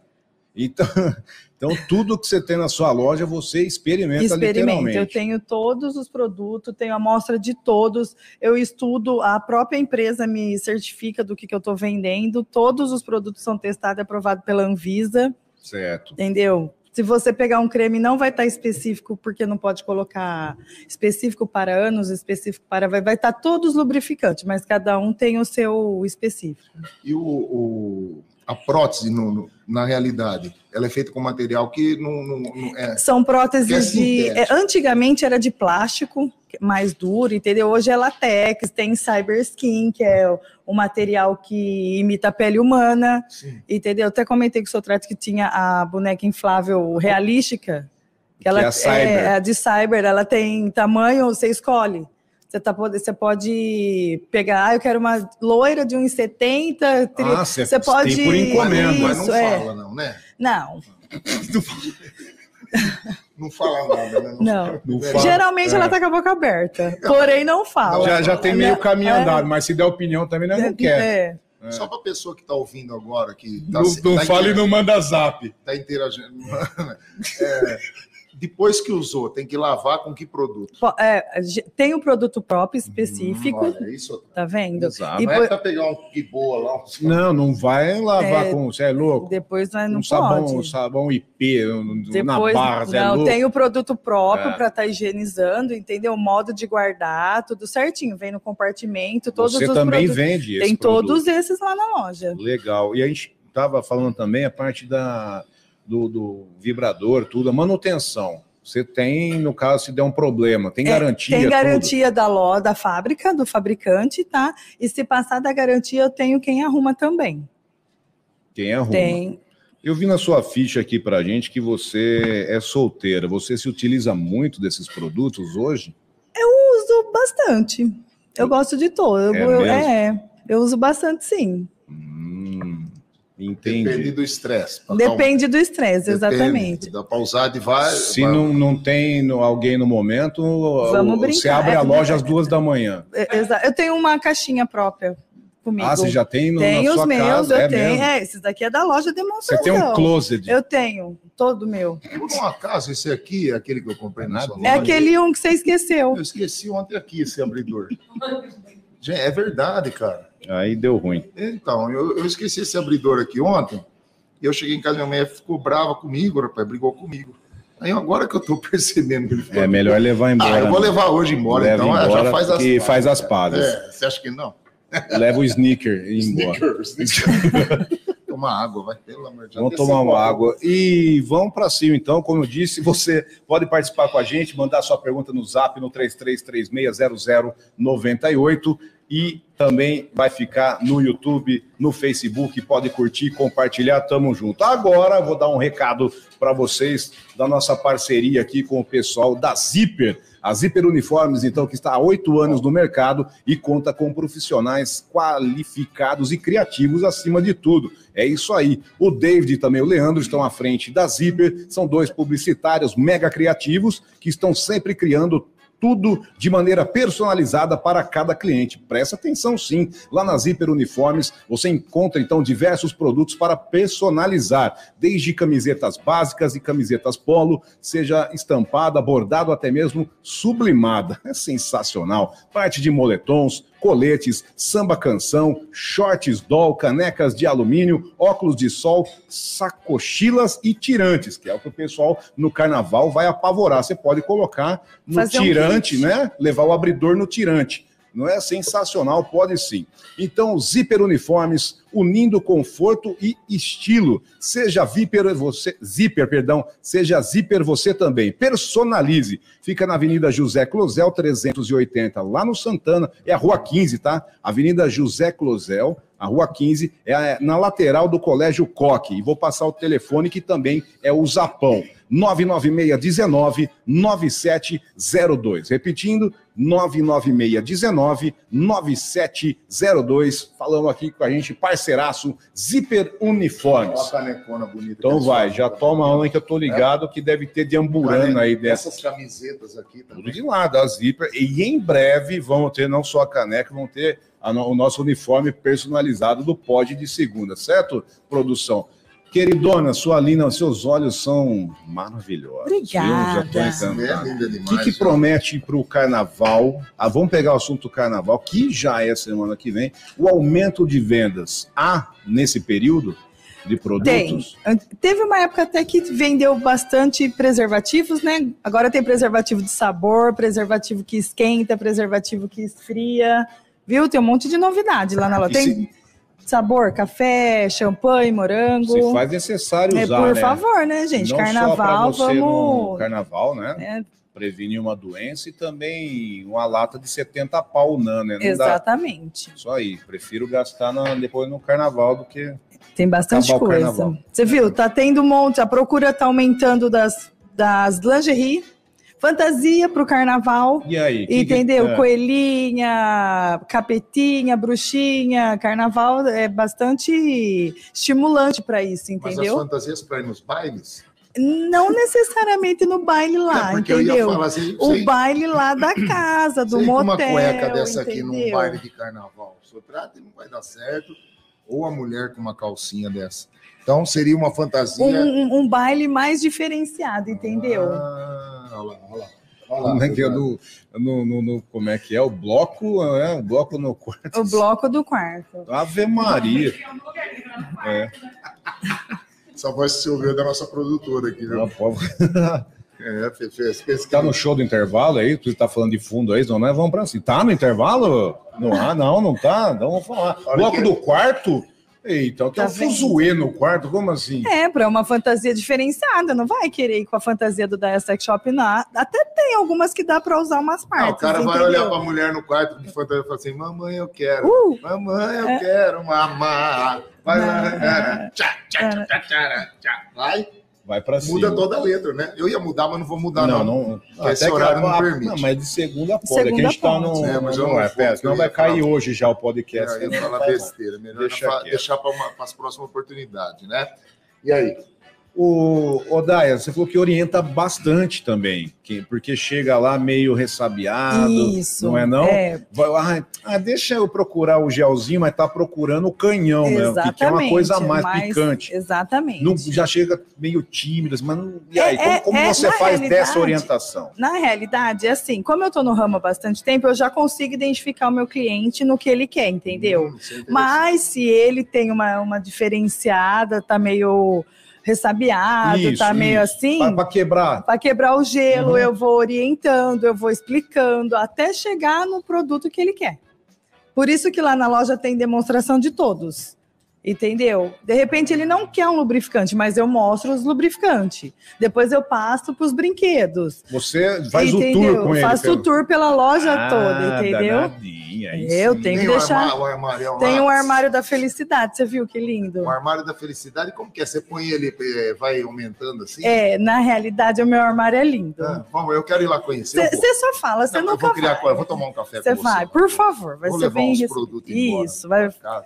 Speaker 5: Então, então, tudo que você tem na sua loja, você experimenta,
Speaker 6: Experimento. Eu
Speaker 5: literalmente.
Speaker 6: tenho todos os produtos, tenho amostra de todos. Eu estudo, a própria empresa me certifica do que, que eu estou vendendo. Todos os produtos são testados e aprovados pela Anvisa,
Speaker 5: Certo.
Speaker 6: entendeu? Se você pegar um creme, não vai estar específico, porque não pode colocar específico para anos, específico para. Vai vai estar todos lubrificantes, mas cada um tem o seu específico.
Speaker 4: E o, o- a prótese, no- no- na realidade, ela é feita com material que não, não- não é.
Speaker 6: São próteses
Speaker 4: Que é
Speaker 5: assim,
Speaker 6: de.
Speaker 4: sintético.
Speaker 6: é, antigamente era de plástico, é mais duro, entendeu? Hoje é latex, tem cyber skin, que é o, o material que imita a pele humana,
Speaker 4: Sim.
Speaker 6: entendeu? Até comentei com o Sotrato que tinha a boneca inflável realística, que ela
Speaker 5: é a cyber.
Speaker 6: é, a de cyber, ela tem tamanho, você escolhe. Você, tá, pode- você pode pegar, ah, eu quero uma loira de 1,70. tri-
Speaker 5: Ah, você
Speaker 6: você
Speaker 5: tem
Speaker 6: pode.
Speaker 5: por encomenda,
Speaker 4: mas não
Speaker 6: Isso, é.
Speaker 4: fala, não, né?
Speaker 6: Não,
Speaker 4: Não fala nada, né?
Speaker 6: não.
Speaker 5: Não
Speaker 4: É.
Speaker 5: fala.
Speaker 6: Geralmente
Speaker 5: É.
Speaker 6: ela tá com a boca aberta, porém não fala.
Speaker 5: Já, já tem meio
Speaker 6: Ela-
Speaker 5: caminho
Speaker 6: é,
Speaker 5: andado, mas se der opinião também, nós não quer.
Speaker 6: é.
Speaker 4: Só para pessoa que está ouvindo agora, que tá está
Speaker 5: Não, não fala e
Speaker 4: interagindo,
Speaker 5: não manda zap.
Speaker 4: tá interagindo. É, depois que usou, tem que lavar com que produto?
Speaker 6: Po- é, ge- tem o produto próprio específico,
Speaker 4: Olha, isso.
Speaker 6: tá vendo?
Speaker 5: Hum, Exato.
Speaker 6: E
Speaker 4: Não é
Speaker 6: po-
Speaker 4: para pegar um que boa lá, um
Speaker 5: Não, não vai lavar
Speaker 6: É,
Speaker 5: com. Você é louco?
Speaker 6: depois nós não
Speaker 5: um sabão, um
Speaker 6: pode.
Speaker 5: sabão IP um- na
Speaker 6: Depois,
Speaker 5: barra, você é
Speaker 6: não,
Speaker 5: louco.
Speaker 6: tem o produto próprio
Speaker 5: É.
Speaker 6: para estar higienizando, entendeu? O modo de guardar, tudo certinho, vem no compartimento, todos
Speaker 5: Você
Speaker 6: os
Speaker 5: também
Speaker 6: produtos.
Speaker 5: vende esse
Speaker 6: Tem
Speaker 5: produto.
Speaker 6: todos esses lá na loja.
Speaker 5: Legal. E a gente estava falando também a parte da, do, do vibrador, tudo, a manutenção. Você tem, no caso, se der um problema, tem
Speaker 6: É,
Speaker 5: garantia.
Speaker 6: Tem
Speaker 5: tudo?
Speaker 6: garantia da loja, da fábrica, do fabricante, tá? E se passar da garantia, eu tenho quem arruma também.
Speaker 5: Tem arruma.
Speaker 6: Tem,
Speaker 5: Eu vi na sua ficha aqui pra gente que você é solteira. Você se utiliza muito desses produtos hoje?
Speaker 6: uso bastante. Eu gosto de todo. Eu,
Speaker 5: É
Speaker 6: eu-
Speaker 5: mesmo?
Speaker 6: é, eu uso bastante, sim.
Speaker 5: Hum,
Speaker 4: Depende
Speaker 5: entendi.
Speaker 4: do estresse. pra
Speaker 6: Depende do estresse,
Speaker 4: calmar.
Speaker 6: exatamente.
Speaker 4: Depende, Dá pra usar de várias.
Speaker 5: Se não, não tem no- alguém no momento,
Speaker 6: Vamos
Speaker 5: o- você
Speaker 6: brincar,
Speaker 5: abre a
Speaker 6: é.
Speaker 5: loja às duas da manhã.
Speaker 6: É, exa- Eu tenho uma caixinha própria comigo.
Speaker 5: Ah, você já tem no,
Speaker 6: tem
Speaker 5: na
Speaker 6: os
Speaker 5: sua
Speaker 6: meus,
Speaker 5: casa?
Speaker 6: eu
Speaker 5: é
Speaker 6: tenho.
Speaker 5: mesmo.
Speaker 6: É, esses daqui é da loja demonstração.
Speaker 5: Você tem um closet.
Speaker 6: Eu tenho, todo meu.
Speaker 4: Por um acaso, esse aqui é aquele que eu comprei na sua
Speaker 6: É
Speaker 4: loja?
Speaker 6: aquele um que você esqueceu.
Speaker 4: Eu esqueci ontem aqui esse abridor. Gente, é verdade, cara.
Speaker 5: Aí deu ruim.
Speaker 4: Então, eu, eu esqueci esse abridor aqui ontem. E eu cheguei em casa, minha mãe ficou brava comigo, rapaz, brigou comigo. Aí agora que eu tô percebendo que ele ficou.
Speaker 5: É melhor levar embora. né?
Speaker 4: Ah, eu vou levar hoje embora,
Speaker 5: Leva
Speaker 4: então. Ah,
Speaker 5: embora
Speaker 4: já faz as
Speaker 5: e faz as pazes.
Speaker 4: É, você acha que não?
Speaker 5: Leva o sneaker e ir embora.
Speaker 4: Snickers. Snickers. Tomar água, vai. Pelo amor de Deus.
Speaker 5: Vamos tomar uma água. E vamos para cima, então. Como eu disse, você pode participar com a gente, mandar sua pergunta no zap no 33360098 e também vai ficar no YouTube, no Facebook. Pode curtir, compartilhar. Tamo junto. Agora vou dar um recado para vocês da nossa parceria aqui com o pessoal da Zipper. A Zipper Uniformes, então, que está há oito anos no mercado e conta com profissionais qualificados e criativos acima de tudo. É isso aí. O David e também o Leandro estão à frente da Zipper. São dois publicitários mega criativos que estão sempre criando tudo de maneira personalizada para cada cliente. Presta atenção sim. Lá na Zipper Uniformes você encontra então diversos produtos para personalizar, desde camisetas básicas e camisetas polo, seja estampada, bordado até mesmo sublimada. É sensacional. Parte de moletons, coletes, samba canção, shorts doll, canecas de alumínio, óculos de sol, sacochilas e tirantes, que é o que o pessoal no carnaval vai apavorar. Você pode colocar no
Speaker 6: Fazer um
Speaker 5: tirante,
Speaker 6: kit.
Speaker 5: né? Levar o abridor no tirante. Não é sensacional? Pode sim. Então, Zíper Uniformes, unindo conforto e estilo. Seja Viper você, Zíper, perdão, seja Zíper você também. Personalize. Fica na Avenida José Closel 380, lá no Santana, é a Rua 15, tá? Avenida José Closel, a Rua 15, é a- na lateral do Colégio Coque. E vou passar o telefone que também é o Zapão. 996199702. Repetindo, 996199702. Falamos aqui com a gente, parceiraço Zíper Uniformes.
Speaker 4: canecona bonita.
Speaker 5: Então vai, já toma uma que eu tô ligado que deve ter de amburana aí dessa.
Speaker 4: Essas camisetas aqui
Speaker 5: Tudo
Speaker 4: também.
Speaker 5: de lado, as Zíper. E em breve vão ter não só a caneca, vão ter a no- o nosso uniforme personalizado do pod de segunda, certo, produção? Queridona, sua Lina, seus olhos são maravilhosos.
Speaker 6: Obrigada.
Speaker 5: Eu já tô
Speaker 4: É
Speaker 5: encantado.
Speaker 4: linda
Speaker 5: O
Speaker 4: demais.
Speaker 5: que, que promete para o carnaval? Ah, vamos pegar o assunto do carnaval, que já é semana que vem. O aumento de vendas há nesse período de produtos?
Speaker 6: Teve uma época até que vendeu bastante preservativos, né? Agora tem preservativo de sabor, preservativo que esquenta, preservativo que esfria. Viu? Tem um monte de novidade lá na loja.
Speaker 5: E
Speaker 6: Tem sabor, café, champanhe, morango.
Speaker 5: Se faz necessário
Speaker 6: É,
Speaker 5: usar,
Speaker 6: por
Speaker 5: né?
Speaker 6: favor, né, gente?
Speaker 5: Não só para
Speaker 6: Carnaval,
Speaker 5: você no
Speaker 6: vamos.
Speaker 5: carnaval, né?
Speaker 6: né?
Speaker 5: prevenir uma doença e também uma lata de 70 pau nã, né? Não dá.
Speaker 6: Exatamente.
Speaker 5: Isso aí, prefiro gastar na- depois no carnaval do que.
Speaker 6: Tem bastante
Speaker 5: Acabar o
Speaker 6: coisa.
Speaker 5: carnaval.
Speaker 6: Você viu? Tá tendo um monte. A procura tá aumentando das, das lingerie, fantasia pro carnaval.
Speaker 5: E aí? que-
Speaker 6: Entendeu?
Speaker 5: que- é,
Speaker 6: Coelhinha, capetinha, bruxinha, carnaval é bastante estimulante para isso,
Speaker 4: Mas as
Speaker 6: entendeu?
Speaker 4: fantasias para ir nos bailes?
Speaker 6: Não necessariamente no baile lá,
Speaker 4: é porque eu ia
Speaker 6: Ah, entendeu?
Speaker 4: falar assim,
Speaker 6: O
Speaker 4: sei,
Speaker 6: baile lá da casa, do
Speaker 4: sei que
Speaker 6: motel,
Speaker 4: uma cueca dessa aqui num
Speaker 6: entendeu?
Speaker 4: baile de carnaval. Só trata e não vai dar certo. Ou a mulher com uma calcinha dessa. Então seria uma fantasia.
Speaker 6: Um, um- um baile mais diferenciado, entendeu?
Speaker 4: Ah, olha lá, olha lá. Olha lá,
Speaker 5: Como é que eu
Speaker 4: Fernando.
Speaker 5: não- eu não- não- não- como é que é? O bloco, é, o bloco no quarto.
Speaker 6: O bloco do quarto.
Speaker 5: Ave Maria. É,
Speaker 4: Essa voz que você ouviu é da nossa produtora aqui, viu?
Speaker 5: uma povo-
Speaker 4: É, Fefe, você pensa que
Speaker 5: tá no show do intervalo aí? Tu tá falando de fundo aí, não é? Vamos pra cima. Tá no intervalo? Não, ah, não, não tá. Então vamos falar.
Speaker 4: Olha
Speaker 5: Bloco
Speaker 4: que-
Speaker 5: do quarto? Eita, tem
Speaker 6: Tá
Speaker 5: um
Speaker 6: vendo?
Speaker 5: fuzuê no quarto, como assim?
Speaker 6: É, para uma fantasia diferenciada, não vai querer ir com a fantasia do Daya Sex Shop, não. Até tem algumas que dá para usar umas partes.
Speaker 4: Ah, o cara vai
Speaker 6: entendeu?
Speaker 4: olhar pra mulher no quarto de fantasia e fala assim: Mamãe, eu quero.
Speaker 6: Uh!
Speaker 4: Mamãe, eu quero mamar. Vai lá. né? Tchá, tchá, tchá, tchá, tchá, tchá. Vai.
Speaker 5: Vai pra cima.
Speaker 4: Muda toda a letra, né? Eu ia mudar, mas não vou mudar,
Speaker 5: Não,
Speaker 4: não.
Speaker 5: não.
Speaker 4: Porque esse horário não
Speaker 5: ah,
Speaker 4: permite.
Speaker 5: Não, mas de segunda a pode. É que a
Speaker 6: segunda
Speaker 5: gente tá
Speaker 6: pode.
Speaker 5: no.
Speaker 4: É, mas eu
Speaker 5: não,
Speaker 4: não
Speaker 5: é,
Speaker 4: vou,
Speaker 5: pera,
Speaker 4: eu
Speaker 5: senão
Speaker 4: ia
Speaker 5: vai
Speaker 4: falar-
Speaker 5: cair hoje já o podcast.
Speaker 4: Eu
Speaker 5: né?
Speaker 4: ia falar
Speaker 5: Vai,
Speaker 4: besteira. Melhor
Speaker 5: Deixa
Speaker 4: fa-
Speaker 5: quieto.
Speaker 4: deixar para as próximas oportunidades, né? E aí?
Speaker 5: O Odaia, você falou que orienta bastante também, que- porque chega lá meio ressabiado,
Speaker 6: Isso.
Speaker 5: não é não?
Speaker 6: É,
Speaker 5: Vai, ah, ah, deixa eu procurar o gelzinho, mas tá procurando o canhão, né?
Speaker 6: exatamente.
Speaker 5: Que é uma coisa a mais,
Speaker 6: mas-
Speaker 5: picante.
Speaker 6: Exatamente.
Speaker 5: Não, já chega meio tímido, mas não, e
Speaker 6: É,
Speaker 5: aí, como,
Speaker 6: é,
Speaker 5: como
Speaker 6: é,
Speaker 5: você
Speaker 6: na
Speaker 5: faz dessa
Speaker 6: realidade-
Speaker 5: orientação?
Speaker 6: Na realidade, é assim, como eu tô no ramo há bastante tempo, eu já consigo identificar o meu cliente no que ele quer, entendeu?
Speaker 4: Hum, isso é interessante.
Speaker 6: Mas se ele tem uma, uma diferenciada, tá meio ressabiado,
Speaker 5: Isso,
Speaker 6: tá meio
Speaker 5: isso.
Speaker 6: assim.
Speaker 5: Pra- pra quebrar.
Speaker 6: Para quebrar o gelo,
Speaker 5: Uhum.
Speaker 6: eu vou orientando, eu vou explicando, até chegar no produto que ele quer. Por isso que lá na loja tem demonstração de todos. Entendeu? De repente ele não quer um lubrificante, mas eu mostro os lubrificantes. Depois eu passo para os brinquedos.
Speaker 5: Você faz o
Speaker 6: entendeu?
Speaker 5: tour com ele.
Speaker 6: Faço
Speaker 5: pelo-
Speaker 6: o tour pela loja toda, entendeu?
Speaker 5: Ah, Danadinha, Ah,
Speaker 6: Eu
Speaker 5: sim.
Speaker 6: tenho que
Speaker 4: o
Speaker 6: deixar-
Speaker 4: Hum, um arma- o armário lá.
Speaker 6: Tem um armário da felicidade, você viu que lindo?
Speaker 4: O Um armário da felicidade, como que é? Você põe ele, eh, vai aumentando assim?
Speaker 6: É, na realidade o meu armário é lindo.
Speaker 4: Ah, vamos, eu quero ir lá conhecer. eu vou.
Speaker 6: Você só fala, você
Speaker 4: Não, eu
Speaker 6: nunca
Speaker 4: vou criar
Speaker 6: vai.
Speaker 4: co- eu vou tomar um café
Speaker 6: Você
Speaker 4: com
Speaker 6: vai,
Speaker 4: você.
Speaker 6: por favor, vai
Speaker 4: Vou
Speaker 6: ser
Speaker 4: levar
Speaker 6: bem
Speaker 4: uns
Speaker 6: res-
Speaker 4: produtos embora. um
Speaker 6: Isso, vai.
Speaker 4: Cara,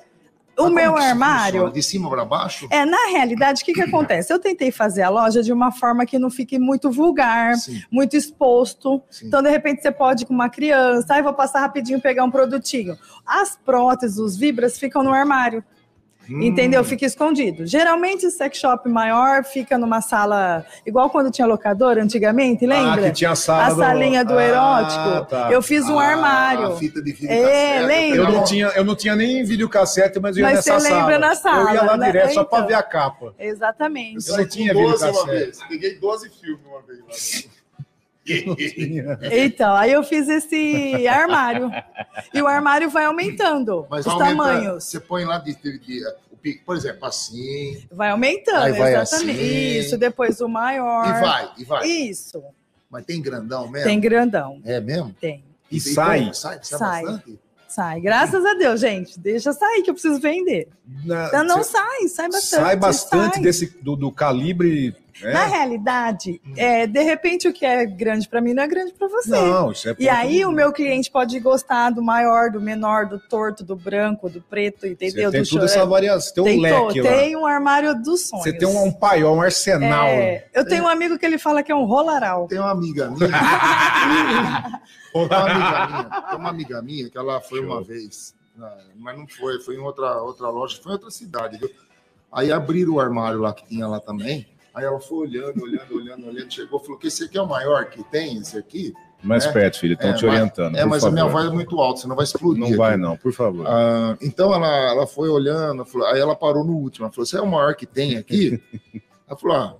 Speaker 6: O
Speaker 4: mas
Speaker 6: meu
Speaker 4: Tá. como que isso
Speaker 6: armário
Speaker 4: funciona? De cima para baixo?
Speaker 6: é, na realidade, o que, que acontece? Eu tentei fazer a loja de uma forma que não fique muito vulgar,
Speaker 4: Sim,
Speaker 6: muito exposto.
Speaker 4: sim.
Speaker 6: Então, de repente, você pode ir com uma criança, aí vou passar rapidinho pegar um produtinho. As próteses, os vibras ficam no armário.
Speaker 4: Hum.
Speaker 6: Entendeu? Fica escondido. Geralmente, sex shop maior fica numa sala, igual quando tinha locadora antigamente,
Speaker 5: Ah,
Speaker 6: lembra?
Speaker 5: que tinha a
Speaker 4: um
Speaker 5: sala
Speaker 6: A
Speaker 5: do-
Speaker 6: salinha do
Speaker 5: Ah,
Speaker 6: erótico.
Speaker 5: tá.
Speaker 6: Eu fiz um
Speaker 4: Ah,
Speaker 6: armário.
Speaker 4: fita de fita tá
Speaker 6: É,
Speaker 4: cassete,
Speaker 6: lembra?
Speaker 5: Eu não,
Speaker 4: pegava-
Speaker 5: tinha, eu não tinha nem videocassete, mas eu ia
Speaker 6: Mas
Speaker 5: nessa
Speaker 6: você
Speaker 5: sala.
Speaker 6: lembra na sala,
Speaker 5: Eu ia lá
Speaker 6: né?
Speaker 5: direto só pra
Speaker 6: Então.
Speaker 5: ver a capa.
Speaker 6: Exatamente.
Speaker 4: é
Speaker 5: Eu não tinha
Speaker 4: tá
Speaker 5: videocassete.
Speaker 8: Peguei 12 filmes uma vez. lá.
Speaker 6: Então, aí eu fiz esse armário. E o armário vai aumentando
Speaker 4: Mas
Speaker 6: os
Speaker 4: aumenta-
Speaker 6: tamanhos.
Speaker 4: Você põe lá de, de- de- o pi- por exemplo, assim.
Speaker 6: Vai aumentando,
Speaker 4: Aí vai
Speaker 6: exatamente.
Speaker 4: assim.
Speaker 6: Isso, depois o maior.
Speaker 4: E vai, e vai.
Speaker 6: Isso.
Speaker 4: Mas tem grandão mesmo?
Speaker 6: Tem grandão.
Speaker 4: É mesmo?
Speaker 6: Tem.
Speaker 5: E
Speaker 4: tem
Speaker 5: sai.
Speaker 4: como? Sai, sai,
Speaker 6: Sai.
Speaker 4: bastante?
Speaker 6: Sai. Graças a Deus, gente. Deixa sair que eu preciso vender.
Speaker 5: Na-
Speaker 6: Então não
Speaker 5: cê-
Speaker 6: sai, sai bastante.
Speaker 5: sai bastante
Speaker 6: sai.
Speaker 5: desse do, do calibre. né?
Speaker 6: Na realidade,
Speaker 5: Hum.
Speaker 6: é, de repente o que é grande pra mim não é grande pra você.
Speaker 5: Não, isso é
Speaker 6: E aí o meu cliente pode gostar do maior, do menor, do torto, do branco, do preto, entendeu?
Speaker 5: Você tem
Speaker 6: do
Speaker 5: toda
Speaker 6: chorão.
Speaker 5: essa variação, tem um
Speaker 6: Tem to-
Speaker 5: leque lá.
Speaker 6: Tem um armário dos sonhos.
Speaker 5: Você tem um, um paiol, um arsenal.
Speaker 6: É, eu tenho um amigo que ele fala que é um rolaral.
Speaker 4: Tem uma amiga minha. tem, uma amiga minha tem uma amiga minha que ela foi uma vez. na- Mas não foi, foi em outra, outra loja, foi em outra cidade, viu? Aí abriram o armário lá que tinha lá também. Aí ela foi olhando, olhando, olhando, olhando, chegou, falou que esse aqui é o maior que tem, esse aqui.
Speaker 5: Mais
Speaker 4: É,
Speaker 5: perto, filho, estão
Speaker 4: é,
Speaker 5: te
Speaker 4: mas-
Speaker 5: orientando.
Speaker 4: É,
Speaker 5: por
Speaker 4: mas a
Speaker 5: favor.
Speaker 4: minha voz é muito alta, senão vai explodir.
Speaker 5: Não
Speaker 4: aqui.
Speaker 5: vai, não, por favor.
Speaker 4: Ah, então ela, ela foi olhando, falou- aí ela parou no último. Ela falou: Você é o maior que tem aqui? ela falou: Ah,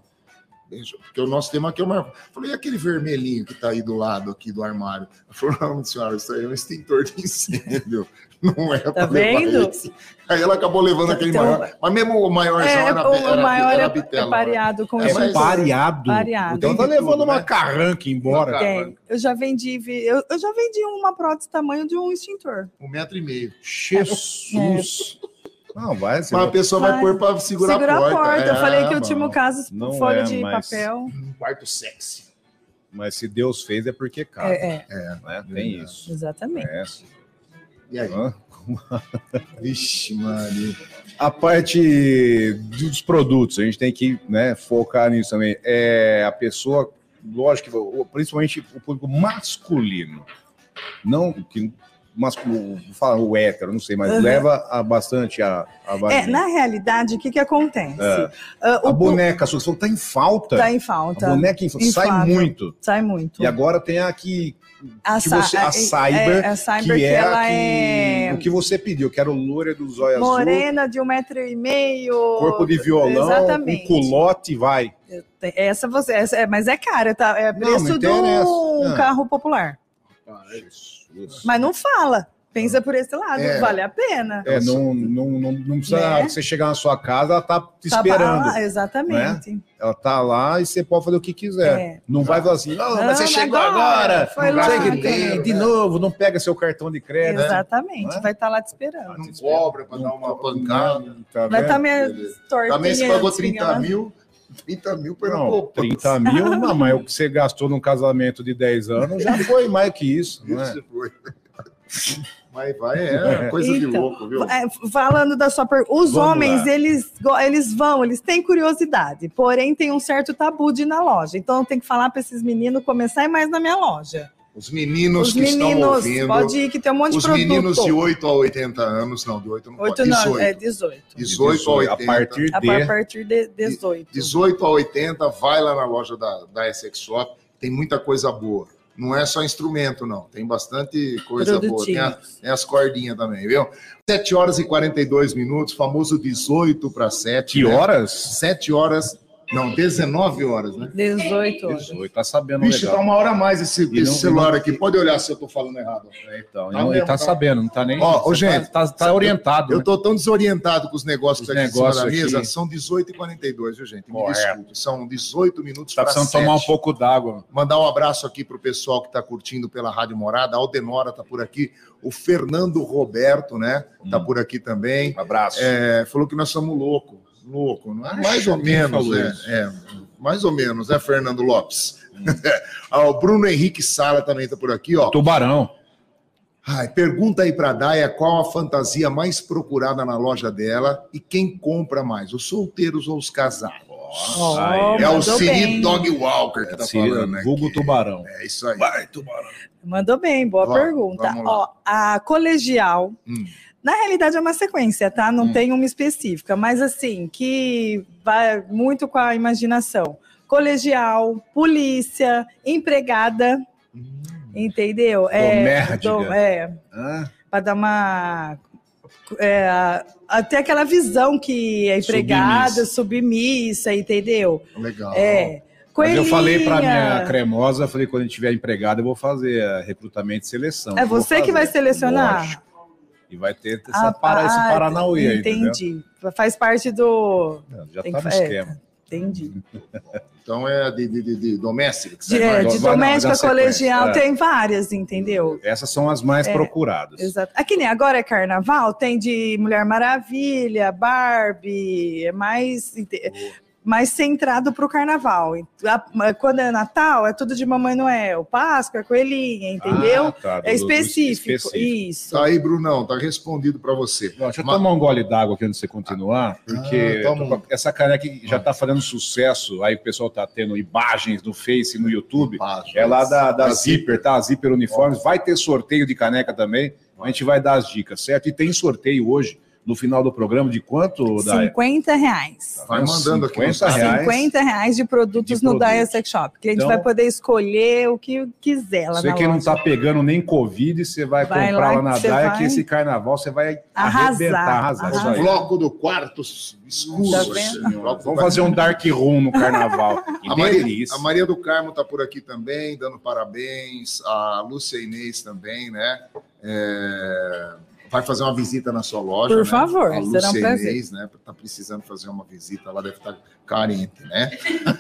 Speaker 4: beijo, porque o nosso tema aqui é o maior. Eu falei: E aquele vermelhinho que tá aí do lado aqui do armário? Ela falou: Não, senhora, isso aí é um extintor de incêndio. Não é pra levar
Speaker 6: Tá vendo?
Speaker 4: esse." Aí ela acabou levando aquele
Speaker 6: Então-
Speaker 4: maior. Mas mesmo o maior já
Speaker 6: É,
Speaker 4: era,
Speaker 6: o,
Speaker 4: era,
Speaker 6: o maior
Speaker 4: era
Speaker 6: é,
Speaker 4: bitelo,
Speaker 6: é
Speaker 4: né?
Speaker 6: pareado com
Speaker 4: É,
Speaker 6: isso.
Speaker 4: mas-
Speaker 5: pareado.
Speaker 6: Pareado.
Speaker 5: Então tá
Speaker 4: Tem de
Speaker 5: levando
Speaker 4: tudo,
Speaker 5: uma
Speaker 4: né?
Speaker 5: carranca embora.
Speaker 6: Tem. Eu já vendi, vi- eu, eu já vendi uma prótese tamanho de um extintor.
Speaker 4: Um metro e meio.
Speaker 5: Jesus.
Speaker 6: É.
Speaker 5: Não, vai,
Speaker 4: Mas
Speaker 5: você
Speaker 4: a
Speaker 5: vai-
Speaker 4: pessoa vai
Speaker 6: Vai.
Speaker 4: pôr pra segurar,
Speaker 6: Segura
Speaker 4: a porta.
Speaker 6: Eu falei que o
Speaker 4: eu
Speaker 6: último caso
Speaker 5: É, Não
Speaker 6: folha
Speaker 5: é
Speaker 6: de
Speaker 5: mais-
Speaker 6: papel.
Speaker 4: Um quarto sexy.
Speaker 5: mas se Deus fez é porque cabe.
Speaker 6: É, é,
Speaker 5: né? Tem isso.
Speaker 6: exatamente.
Speaker 5: É.
Speaker 4: E aí?
Speaker 5: Hã?
Speaker 4: Vixe, mano.
Speaker 5: A parte dos produtos, a gente tem que né, focar nisso também. É a pessoa, lógico, que o- principalmente o público masculino, não que masculino, vou falar o hétero, não sei, mas
Speaker 6: Uhum.
Speaker 5: leva a bastante a, a
Speaker 6: É,
Speaker 5: vagina.
Speaker 6: na realidade, o que que acontece?
Speaker 5: É.
Speaker 6: Ah,
Speaker 5: A
Speaker 6: o público
Speaker 5: boneca, a sua está em falta.
Speaker 6: tá em
Speaker 5: A
Speaker 6: falta.
Speaker 5: boneca em falta. sai
Speaker 6: Inflável.
Speaker 5: muito.
Speaker 6: Sai muito.
Speaker 5: E agora tem a que,
Speaker 6: a,
Speaker 5: que
Speaker 6: sa-
Speaker 5: você- a
Speaker 6: é-
Speaker 5: cyber,
Speaker 6: é, a
Speaker 5: que
Speaker 6: cyber que,
Speaker 5: é a
Speaker 6: ela
Speaker 5: que,
Speaker 6: é
Speaker 5: o que você pediu, que era o loira dos olhos azul,
Speaker 6: morena de um metro e meio.
Speaker 5: corpo de violão, um
Speaker 6: Exatamente.
Speaker 5: culote, vai.
Speaker 6: Tem- Essa você, essa- é, mas é cara, tá? É
Speaker 5: Não,
Speaker 6: preço
Speaker 5: não
Speaker 6: de
Speaker 5: interessa.
Speaker 6: um
Speaker 5: Ah.
Speaker 6: carro popular.
Speaker 5: Jesus.
Speaker 6: Mas não fala. Pensa por esse lado,
Speaker 4: É.
Speaker 6: vale a pena.
Speaker 5: É, não, não, não, não precisa
Speaker 6: Né?
Speaker 5: a hora que você chegar na sua casa, ela tá te
Speaker 6: Tá
Speaker 5: esperando.
Speaker 4: né?
Speaker 6: pra- exatamente.
Speaker 5: Ela tá lá e você pode fazer o que quiser.
Speaker 6: É.
Speaker 5: Não vai falar assim, "Ah, mas
Speaker 6: Não,
Speaker 5: você chegou
Speaker 6: agora,
Speaker 5: agora,
Speaker 6: foi
Speaker 5: não sei
Speaker 4: lá,
Speaker 5: o que tem,
Speaker 4: cara."
Speaker 5: de novo, não pega seu cartão de
Speaker 4: É,
Speaker 5: crédito.
Speaker 6: Exatamente,
Speaker 5: Né?
Speaker 6: vai estar lá te esperando.
Speaker 4: Não cobra pra
Speaker 5: Não
Speaker 4: dar uma
Speaker 5: co-
Speaker 4: pancada.
Speaker 5: não, Tá
Speaker 6: Vai
Speaker 5: vendo?
Speaker 6: estar meio
Speaker 4: Beleza.
Speaker 6: tortinha. assim,
Speaker 4: Também se tá pagou
Speaker 6: espinha
Speaker 4: 30
Speaker 6: lá.
Speaker 4: mil, 30 mil pela
Speaker 5: assim, Não,
Speaker 4: poupança.
Speaker 5: 30 mil, não, mas o que você gastou num casamento de 10 anos já foi mais que isso, não é?
Speaker 4: Isso foi. Mas vai, é coisa de
Speaker 6: Então,
Speaker 4: louco, viu?
Speaker 6: É, falando da sua pergunta, os
Speaker 5: Vamos
Speaker 6: homens,
Speaker 5: lá.
Speaker 6: eles, go- eles vão, eles têm curiosidade, porém tem um certo tabu de ir na loja. Então eu tenho que falar para esses meninos começarem mais na minha loja.
Speaker 4: Os meninos
Speaker 6: os
Speaker 4: que estão
Speaker 6: meninos,
Speaker 4: ouvindo,
Speaker 6: pode ir que tem um monte
Speaker 4: os
Speaker 6: de produto.
Speaker 4: meninos de 8 a 80 anos, não, de 8 não
Speaker 6: Oito
Speaker 4: pode,
Speaker 6: não,
Speaker 4: 18,
Speaker 6: é 18.
Speaker 4: 18 a 80.
Speaker 5: A partir
Speaker 6: A
Speaker 5: de...
Speaker 6: partir de 18.
Speaker 4: 18 a 80, vai lá na loja da, da Essex Shop, tem muita coisa boa. Não é só instrumento, não. Tem bastante coisa boa. Tem, a-
Speaker 6: Produtinhos.
Speaker 4: tem as cordinhas também, viu? 7 horas e 42 minutos, famoso 18 para 7.
Speaker 5: Que horas?
Speaker 4: 7 horas, não, 19 horas, né?
Speaker 6: 18 horas.
Speaker 5: 18, tá sabendo
Speaker 4: Vixe, tá
Speaker 5: legal.
Speaker 4: uma hora a mais esse,
Speaker 5: E
Speaker 4: esse
Speaker 5: não-
Speaker 4: celular aqui. Pode olhar se eu tô falando errado.
Speaker 5: É,
Speaker 4: Tá
Speaker 5: Então, ele não- ele
Speaker 4: mesmo,
Speaker 5: tá
Speaker 4: tá.
Speaker 5: sabendo, não tá nem...
Speaker 4: Ó, ô,
Speaker 5: você tá-
Speaker 4: gente,
Speaker 5: tá, tá orientado.
Speaker 4: Eu
Speaker 5: né?
Speaker 4: tô tão desorientado com os negócios
Speaker 5: Os
Speaker 4: que tá aqui em cima
Speaker 5: negócios
Speaker 4: da mesa.
Speaker 5: aqui.
Speaker 4: São 18h42, viu, gente? Me
Speaker 5: Correto.
Speaker 4: desculpe. São 18 minutos
Speaker 5: Tá
Speaker 4: pra
Speaker 5: precisando
Speaker 4: sete.
Speaker 5: tomar um pouco d'água.
Speaker 4: Mandar um abraço aqui pro pessoal que tá curtindo pela Rádio Morada. A Aldenora tá por aqui. O Fernando Roberto, né? Tá
Speaker 5: Hum.
Speaker 4: por aqui também.
Speaker 5: abraço.
Speaker 4: É, falou que nós somos louco. Louco, não é? mais ou menos,
Speaker 5: falou
Speaker 4: né?
Speaker 5: isso.
Speaker 4: É, mais ou menos, né, Fernando Lopes? Ah, o Bruno Henrique Sala também tá por aqui, ó.
Speaker 5: Tubarão.
Speaker 4: Ai, pergunta aí para Daia qual a fantasia mais procurada na loja dela e quem compra mais, os solteiros ou os casados?
Speaker 6: Ó,
Speaker 4: é o
Speaker 6: mandou
Speaker 4: Siri
Speaker 6: bem.
Speaker 4: Dog Walker que tá falando, né?
Speaker 5: Vulgo Tubarão.
Speaker 4: É isso aí.
Speaker 5: Vai, Tubarão.
Speaker 6: Mandou bem, boa
Speaker 4: Vamos,
Speaker 6: pergunta.
Speaker 4: vamos lá.
Speaker 6: Ó, a colegial
Speaker 4: Hum.
Speaker 6: Na realidade é uma sequência, tá? Não
Speaker 5: Hum.
Speaker 6: tem uma específica, mas assim, que vai muito com a imaginação. Colegial, polícia, empregada,
Speaker 5: Hum.
Speaker 6: entendeu?
Speaker 5: Domérdiga.
Speaker 6: é,
Speaker 5: Ah,
Speaker 6: para dar uma. é, até aquela visão que é empregada, submissa, entendeu?
Speaker 4: Legal.
Speaker 6: É.
Speaker 5: mas eu falei pra
Speaker 6: Coelhinha.
Speaker 5: minha cremosa, falei, quando eu tiver empregado, eu vou fazer eh, recrutamento e seleção.
Speaker 6: É
Speaker 5: Eu vou
Speaker 6: você que
Speaker 5: fazer.
Speaker 6: vai selecionar?
Speaker 5: Lógico. E vai ter essa,
Speaker 6: Ah,
Speaker 5: para, esse
Speaker 6: ah,
Speaker 5: Paranauê aí, entendeu?
Speaker 6: Entendi. Faz parte do.
Speaker 5: Já
Speaker 6: Tem
Speaker 5: tá
Speaker 6: que-
Speaker 5: no
Speaker 6: é.
Speaker 5: esquema.
Speaker 6: Entendi.
Speaker 4: Então é de, de, de, de doméstica. que
Speaker 6: De,
Speaker 4: você
Speaker 5: vai-
Speaker 6: é,
Speaker 5: vai-
Speaker 6: de
Speaker 5: vai na- na
Speaker 6: doméstica
Speaker 5: sequência,
Speaker 6: colegial
Speaker 5: é.
Speaker 6: tem várias, entendeu?
Speaker 5: Essas são as mais
Speaker 6: É.
Speaker 5: procuradas.
Speaker 6: Exato. Aqui nem agora é carnaval, tem de Mulher Maravilha, Barbie, é mais, ente- mais centrado pro carnaval. A- Quando é Natal, é tudo de Mamãe Noel, Páscoa, Coelhinha, entendeu?
Speaker 5: Ah, tá, do-
Speaker 6: é
Speaker 5: do-
Speaker 6: específico,
Speaker 5: específico.
Speaker 6: isso.
Speaker 4: Tá aí, Brunão, tá respondido pra você.
Speaker 5: Bom, deixa eu
Speaker 4: Ma-
Speaker 5: tomar um gole d'água aqui antes de você continuar, porque
Speaker 4: Ah, toma
Speaker 5: eu tô com a- essa caneca que já tá fazendo sucesso, aí o pessoal tá tendo imagens no Face, no YouTube,
Speaker 4: Imagens.
Speaker 5: é lá da, da
Speaker 4: Da
Speaker 5: Zipper, tá? A Zipper Uniformes, vai ter sorteio de caneca também, a gente vai dar as dicas, certo? E tem sorteio hoje, no final do programa, de quanto, Daya?
Speaker 6: 50 reais.
Speaker 4: Vai mandando aqui
Speaker 5: 50
Speaker 4: nos-
Speaker 5: reais.
Speaker 6: 50 reais de produtos
Speaker 5: De
Speaker 6: no
Speaker 5: produtos.
Speaker 6: Dia Sex Shop. Que a gente
Speaker 5: Então-
Speaker 6: vai poder escolher o que quiser lá
Speaker 5: Você
Speaker 6: na
Speaker 5: que não
Speaker 6: loja.
Speaker 5: tá pegando nem Covid, você vai,
Speaker 6: Vai
Speaker 5: comprar lá,
Speaker 6: lá
Speaker 5: na
Speaker 6: que você
Speaker 5: Daya,
Speaker 6: vai
Speaker 5: que esse carnaval você vai
Speaker 6: arrasar,
Speaker 5: arrebentar, arrasar. isso
Speaker 6: arrasar.
Speaker 5: aí.
Speaker 4: Bloco do quarto escuro.
Speaker 6: Tá
Speaker 4: esse
Speaker 6: vendo?
Speaker 4: bloco do
Speaker 5: Vamos fazer um dark room no carnaval. Que
Speaker 4: A Maria,
Speaker 5: delícia.
Speaker 4: a Maria do Carmo está por aqui também, dando parabéns. A Lúcia Inês também, né? É, Vai fazer uma visita na sua loja.
Speaker 6: Por
Speaker 4: né?
Speaker 6: favor, será
Speaker 4: a
Speaker 6: um
Speaker 4: Lúcia
Speaker 6: prazer.
Speaker 4: Inês, né? Está precisando fazer uma visita, ela deve estar carente, né?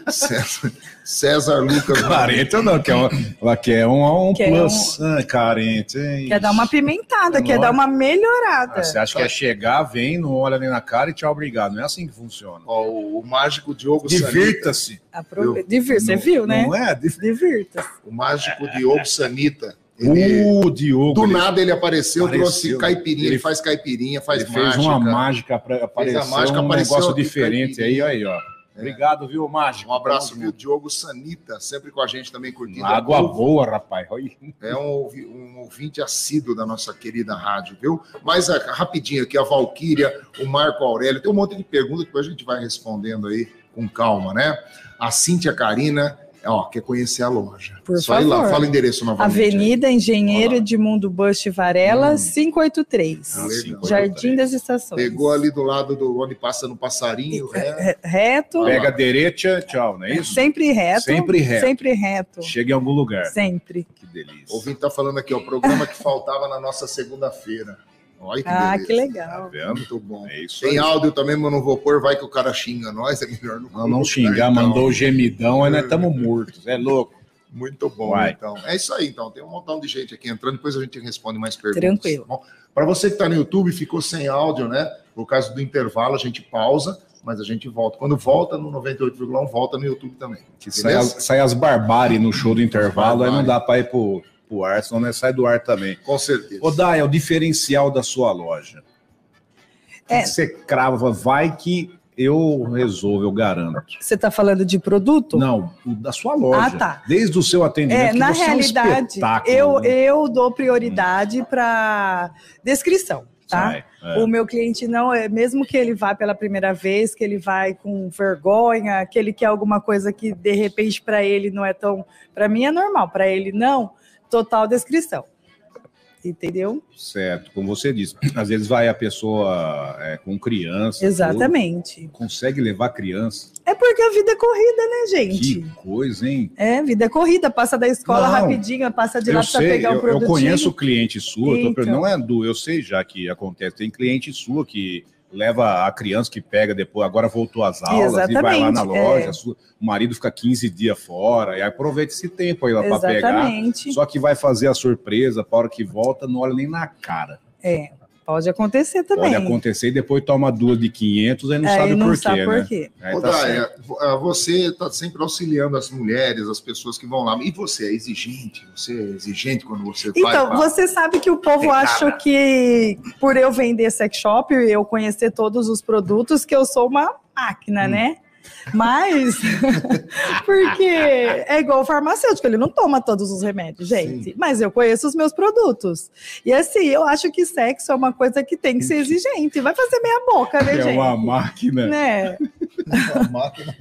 Speaker 4: César, César Lucas. né?
Speaker 5: Carente ou não? Quer um, ela quer um, um
Speaker 6: Quer
Speaker 5: plus. Ah, carente, hein?
Speaker 6: Quer dar uma pimentada,
Speaker 5: É
Speaker 6: quer dar uma melhorada.
Speaker 5: Ah, Você acha que é chegar, vem, não olha nem na cara e tchau, obrigado. Não é assim que funciona.
Speaker 4: Ó, o, o mágico Diogo Sanita.
Speaker 5: Divirta-se.
Speaker 6: Aprove... Divir- você
Speaker 5: Não-
Speaker 6: viu, né?
Speaker 5: Não é? Div-
Speaker 6: Divirta-se.
Speaker 4: O mágico Diogo Sanita. Ele,
Speaker 5: O Diogo.
Speaker 4: do
Speaker 5: ele-
Speaker 4: nada ele apareceu,
Speaker 5: Uh,
Speaker 4: trouxe
Speaker 5: Apareceu,
Speaker 4: caipirinha,
Speaker 5: ele-
Speaker 4: ele, faz caipirinha, faz
Speaker 5: ele fez uma mágica para aparecer
Speaker 4: Fez a mágica,
Speaker 5: um
Speaker 4: apareceu
Speaker 5: negócio
Speaker 4: aqui,
Speaker 5: diferente aí,
Speaker 4: caipirinha.
Speaker 5: aí, ó. Obrigado, viu, mágico.
Speaker 4: É. Um abraço,
Speaker 5: Tamo
Speaker 4: viu? Diogo Sanita, sempre com a gente também curtindo.
Speaker 5: junto. Água
Speaker 4: Povo.
Speaker 5: boa, rapaz. Olha aí.
Speaker 4: É um, ouvi- um ouvinte assíduo da nossa querida rádio, viu? Mas a- rapidinho aqui, a Valquíria, o Marco Aurélio, tem um monte de perguntas, depois a gente vai respondendo aí com calma, né? A Cíntia Karina, ó, quer conhecer a loja.
Speaker 6: Por
Speaker 4: Só ir lá,
Speaker 6: favor.
Speaker 4: fala o endereço
Speaker 5: é
Speaker 4: novamente.
Speaker 6: Avenida Engenheiro
Speaker 4: Olá.
Speaker 6: Edmundo Bush Varela,
Speaker 5: Hum.
Speaker 6: 583.
Speaker 4: Ah, legal.
Speaker 6: Jardim das
Speaker 4: aí.
Speaker 6: Estações.
Speaker 4: Pegou ali do lado do onde passa no passarinho,
Speaker 6: É,
Speaker 4: né?
Speaker 6: Re- Reto,
Speaker 5: Pega a direita, tchau, não é isso?
Speaker 6: sempre reto.
Speaker 5: Sempre reto.
Speaker 6: Sempre reto.
Speaker 5: Chega em algum lugar.
Speaker 6: Sempre.
Speaker 5: Que delícia.
Speaker 4: O ouvinte tá falando aqui, ó, o programa que faltava na nossa segunda-feira. Olha que
Speaker 6: Ah,
Speaker 4: beleza.
Speaker 6: que
Speaker 5: Tá
Speaker 6: legal.
Speaker 5: vendo?
Speaker 4: Muito bom.
Speaker 5: É isso aí.
Speaker 4: Tem áudio também, mas eu não vou pôr, vai que o cara xinga nós, é melhor não
Speaker 5: Não, não
Speaker 4: colocar,
Speaker 5: xingar,
Speaker 4: então.
Speaker 5: mandou o gemidão, aí nós estamos mortos. É louco.
Speaker 4: Muito bom,
Speaker 5: Vai.
Speaker 4: então. É isso aí, então. Tem um montão de gente aqui entrando, depois a gente responde mais perguntas.
Speaker 6: Tranquilo.
Speaker 4: Para você que está no YouTube, ficou sem áudio, né? Por causa do intervalo, a gente pausa, mas a gente volta. Quando volta no 98,1, volta no YouTube também.
Speaker 5: Que sai,
Speaker 4: beleza?
Speaker 5: as- sai as barbárie no show do intervalo, aí não
Speaker 4: Barbárie.
Speaker 5: dá para ir pro, pro ar, senão nós sai do ar também.
Speaker 4: Com certeza.
Speaker 5: Ô, Dai, é o diferencial da sua loja. O que
Speaker 6: É.
Speaker 5: que você crava, vai que eu resolvo, eu garanto.
Speaker 6: Você tá falando de produto?
Speaker 5: Não, o da sua loja.
Speaker 6: Ah, tá.
Speaker 5: Desde o seu atendimento.
Speaker 6: É,
Speaker 5: que
Speaker 6: na
Speaker 5: você é um
Speaker 6: realidade,
Speaker 5: espetáculo,
Speaker 6: eu,
Speaker 5: né?
Speaker 6: eu dou prioridade para descrição, tá?
Speaker 5: Sai, é.
Speaker 6: O meu cliente não é, mesmo que ele vá pela primeira vez, que ele vai com vergonha, que ele quer alguma coisa que de repente para ele não é tão, para mim é normal, para ele não, total descrição. Entendeu?
Speaker 5: Certo, como você disse. Às vezes vai a pessoa é, com criança.
Speaker 6: Exatamente.
Speaker 5: tudo, Consegue levar criança.
Speaker 6: É porque a vida é corrida, né, gente?
Speaker 5: Que coisa, hein?
Speaker 6: É, vida é corrida, passa da escola
Speaker 5: Não,
Speaker 6: rapidinho, passa de lá
Speaker 5: eu
Speaker 6: para
Speaker 5: sei,
Speaker 6: pegar o
Speaker 5: eu, eu
Speaker 6: produtinho.
Speaker 5: conheço o cliente sua, eu tô
Speaker 6: Então.
Speaker 5: per- não é do, eu sei já que acontece, tem cliente sua que leva a criança que pega depois, agora voltou às aulas e vai lá na
Speaker 6: Exatamente,
Speaker 5: loja,
Speaker 6: é.
Speaker 5: sua- o marido fica 15 dias fora, e aproveita esse tempo aí lá para pegar.
Speaker 6: Exatamente.
Speaker 5: Só que vai fazer a surpresa, para hora que volta, não olha nem na cara.
Speaker 6: É, pode acontecer também.
Speaker 5: Pode acontecer e depois toma duas de 500, aí não
Speaker 6: Aí
Speaker 5: sabe o
Speaker 6: não
Speaker 5: porquê,
Speaker 6: sabe
Speaker 5: né?
Speaker 6: por quê.
Speaker 5: Aí
Speaker 4: Ô,
Speaker 5: tá
Speaker 4: Daia,
Speaker 5: certo.
Speaker 4: vo- ah, você está sempre auxiliando as mulheres, as pessoas que vão lá. E você é exigente? Você é exigente quando você
Speaker 5: é
Speaker 4: vai?
Speaker 6: Então,
Speaker 4: pra-
Speaker 6: você sabe que o povo acha que
Speaker 5: Hum.
Speaker 6: por eu vender sex shop e eu conhecer todos os produtos, que eu sou uma máquina, né? Mas, porque é igual o farmacêutico, ele não toma todos os remédios, gente. Mas eu conheço os meus produtos. E assim, eu acho que sexo é uma coisa que tem que ser exigente. Vai fazer meia boca, né,
Speaker 5: É
Speaker 6: gente?
Speaker 5: uma máquina.
Speaker 6: Né?
Speaker 8: A máquina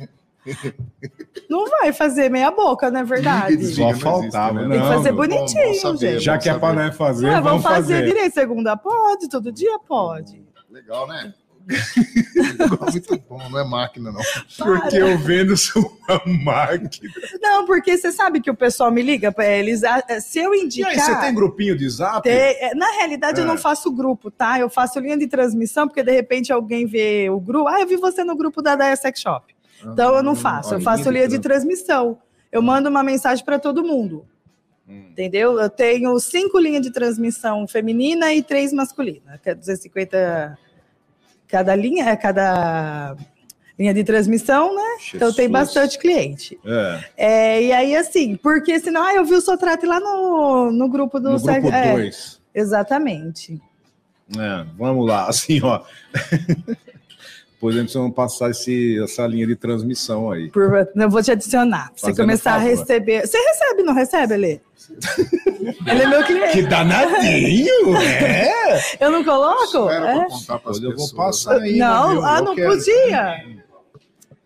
Speaker 6: Não vai fazer meia boca, não é
Speaker 4: Liga e
Speaker 6: verdade?
Speaker 4: desliga,
Speaker 5: Só
Speaker 4: não existe,
Speaker 5: faltava,
Speaker 4: né?
Speaker 5: né?
Speaker 6: Tem que fazer
Speaker 5: Não,
Speaker 6: bonitinho,
Speaker 4: bom saber.
Speaker 6: gente.
Speaker 5: Já que é pra
Speaker 4: saber.
Speaker 5: nós fazer,
Speaker 6: Ah,
Speaker 5: vamos fazer.
Speaker 6: direito. Segunda pode, todo dia pode.
Speaker 4: Legal, né?
Speaker 8: muito bom, não é máquina, não.
Speaker 6: Ah,
Speaker 5: Porque eu vendo sou uma máquina.
Speaker 6: Não, porque você sabe que o pessoal me liga pra eles. ah, eh, Se eu
Speaker 5: E
Speaker 6: indicar.
Speaker 5: aí, você tem grupinho de zap?
Speaker 6: Tem- é, Na realidade, eu não faço grupo, tá? Eu faço linha de transmissão, porque de repente alguém vê o grupo. Ah, eu vi você no grupo da Daya Sex Shop. Então eu não faço, eu
Speaker 5: olha,
Speaker 6: faço
Speaker 5: Ah, linha de Ah.
Speaker 6: linha de transmissão. Eu mando uma mensagem para todo mundo.
Speaker 5: Hum.
Speaker 6: Entendeu? Eu tenho cinco linhas de transmissão feminina e três masculina. que é 250 cada linha, é, cada linha de transmissão, né? Então tem
Speaker 5: Jesus.
Speaker 6: bastante cliente.
Speaker 5: É,
Speaker 6: É, e aí, assim, porque senão, ah, eu vi o Sotrate lá no, no grupo do
Speaker 5: no grupo
Speaker 6: Sérgio- é,
Speaker 5: 2.
Speaker 6: Exatamente.
Speaker 5: É, vamos lá, assim, ó. Pois antes vamos passar esse, essa linha de transmissão aí.
Speaker 6: Por- eu vou te adicionar. Pra você
Speaker 5: Fazendo
Speaker 6: começar
Speaker 5: favor.
Speaker 6: a receber. Você recebe, não recebe, Lê? Ele é meu cliente.
Speaker 5: danadinho! É!
Speaker 6: Eu não coloco?
Speaker 4: Isso era pra
Speaker 6: É?
Speaker 4: contar pras
Speaker 5: Olha, eu vou
Speaker 4: pessoas,
Speaker 5: passar
Speaker 4: né?
Speaker 5: aí.
Speaker 6: Não,
Speaker 5: viu?
Speaker 6: ah,
Speaker 5: Eu
Speaker 6: não
Speaker 5: quero.
Speaker 6: podia.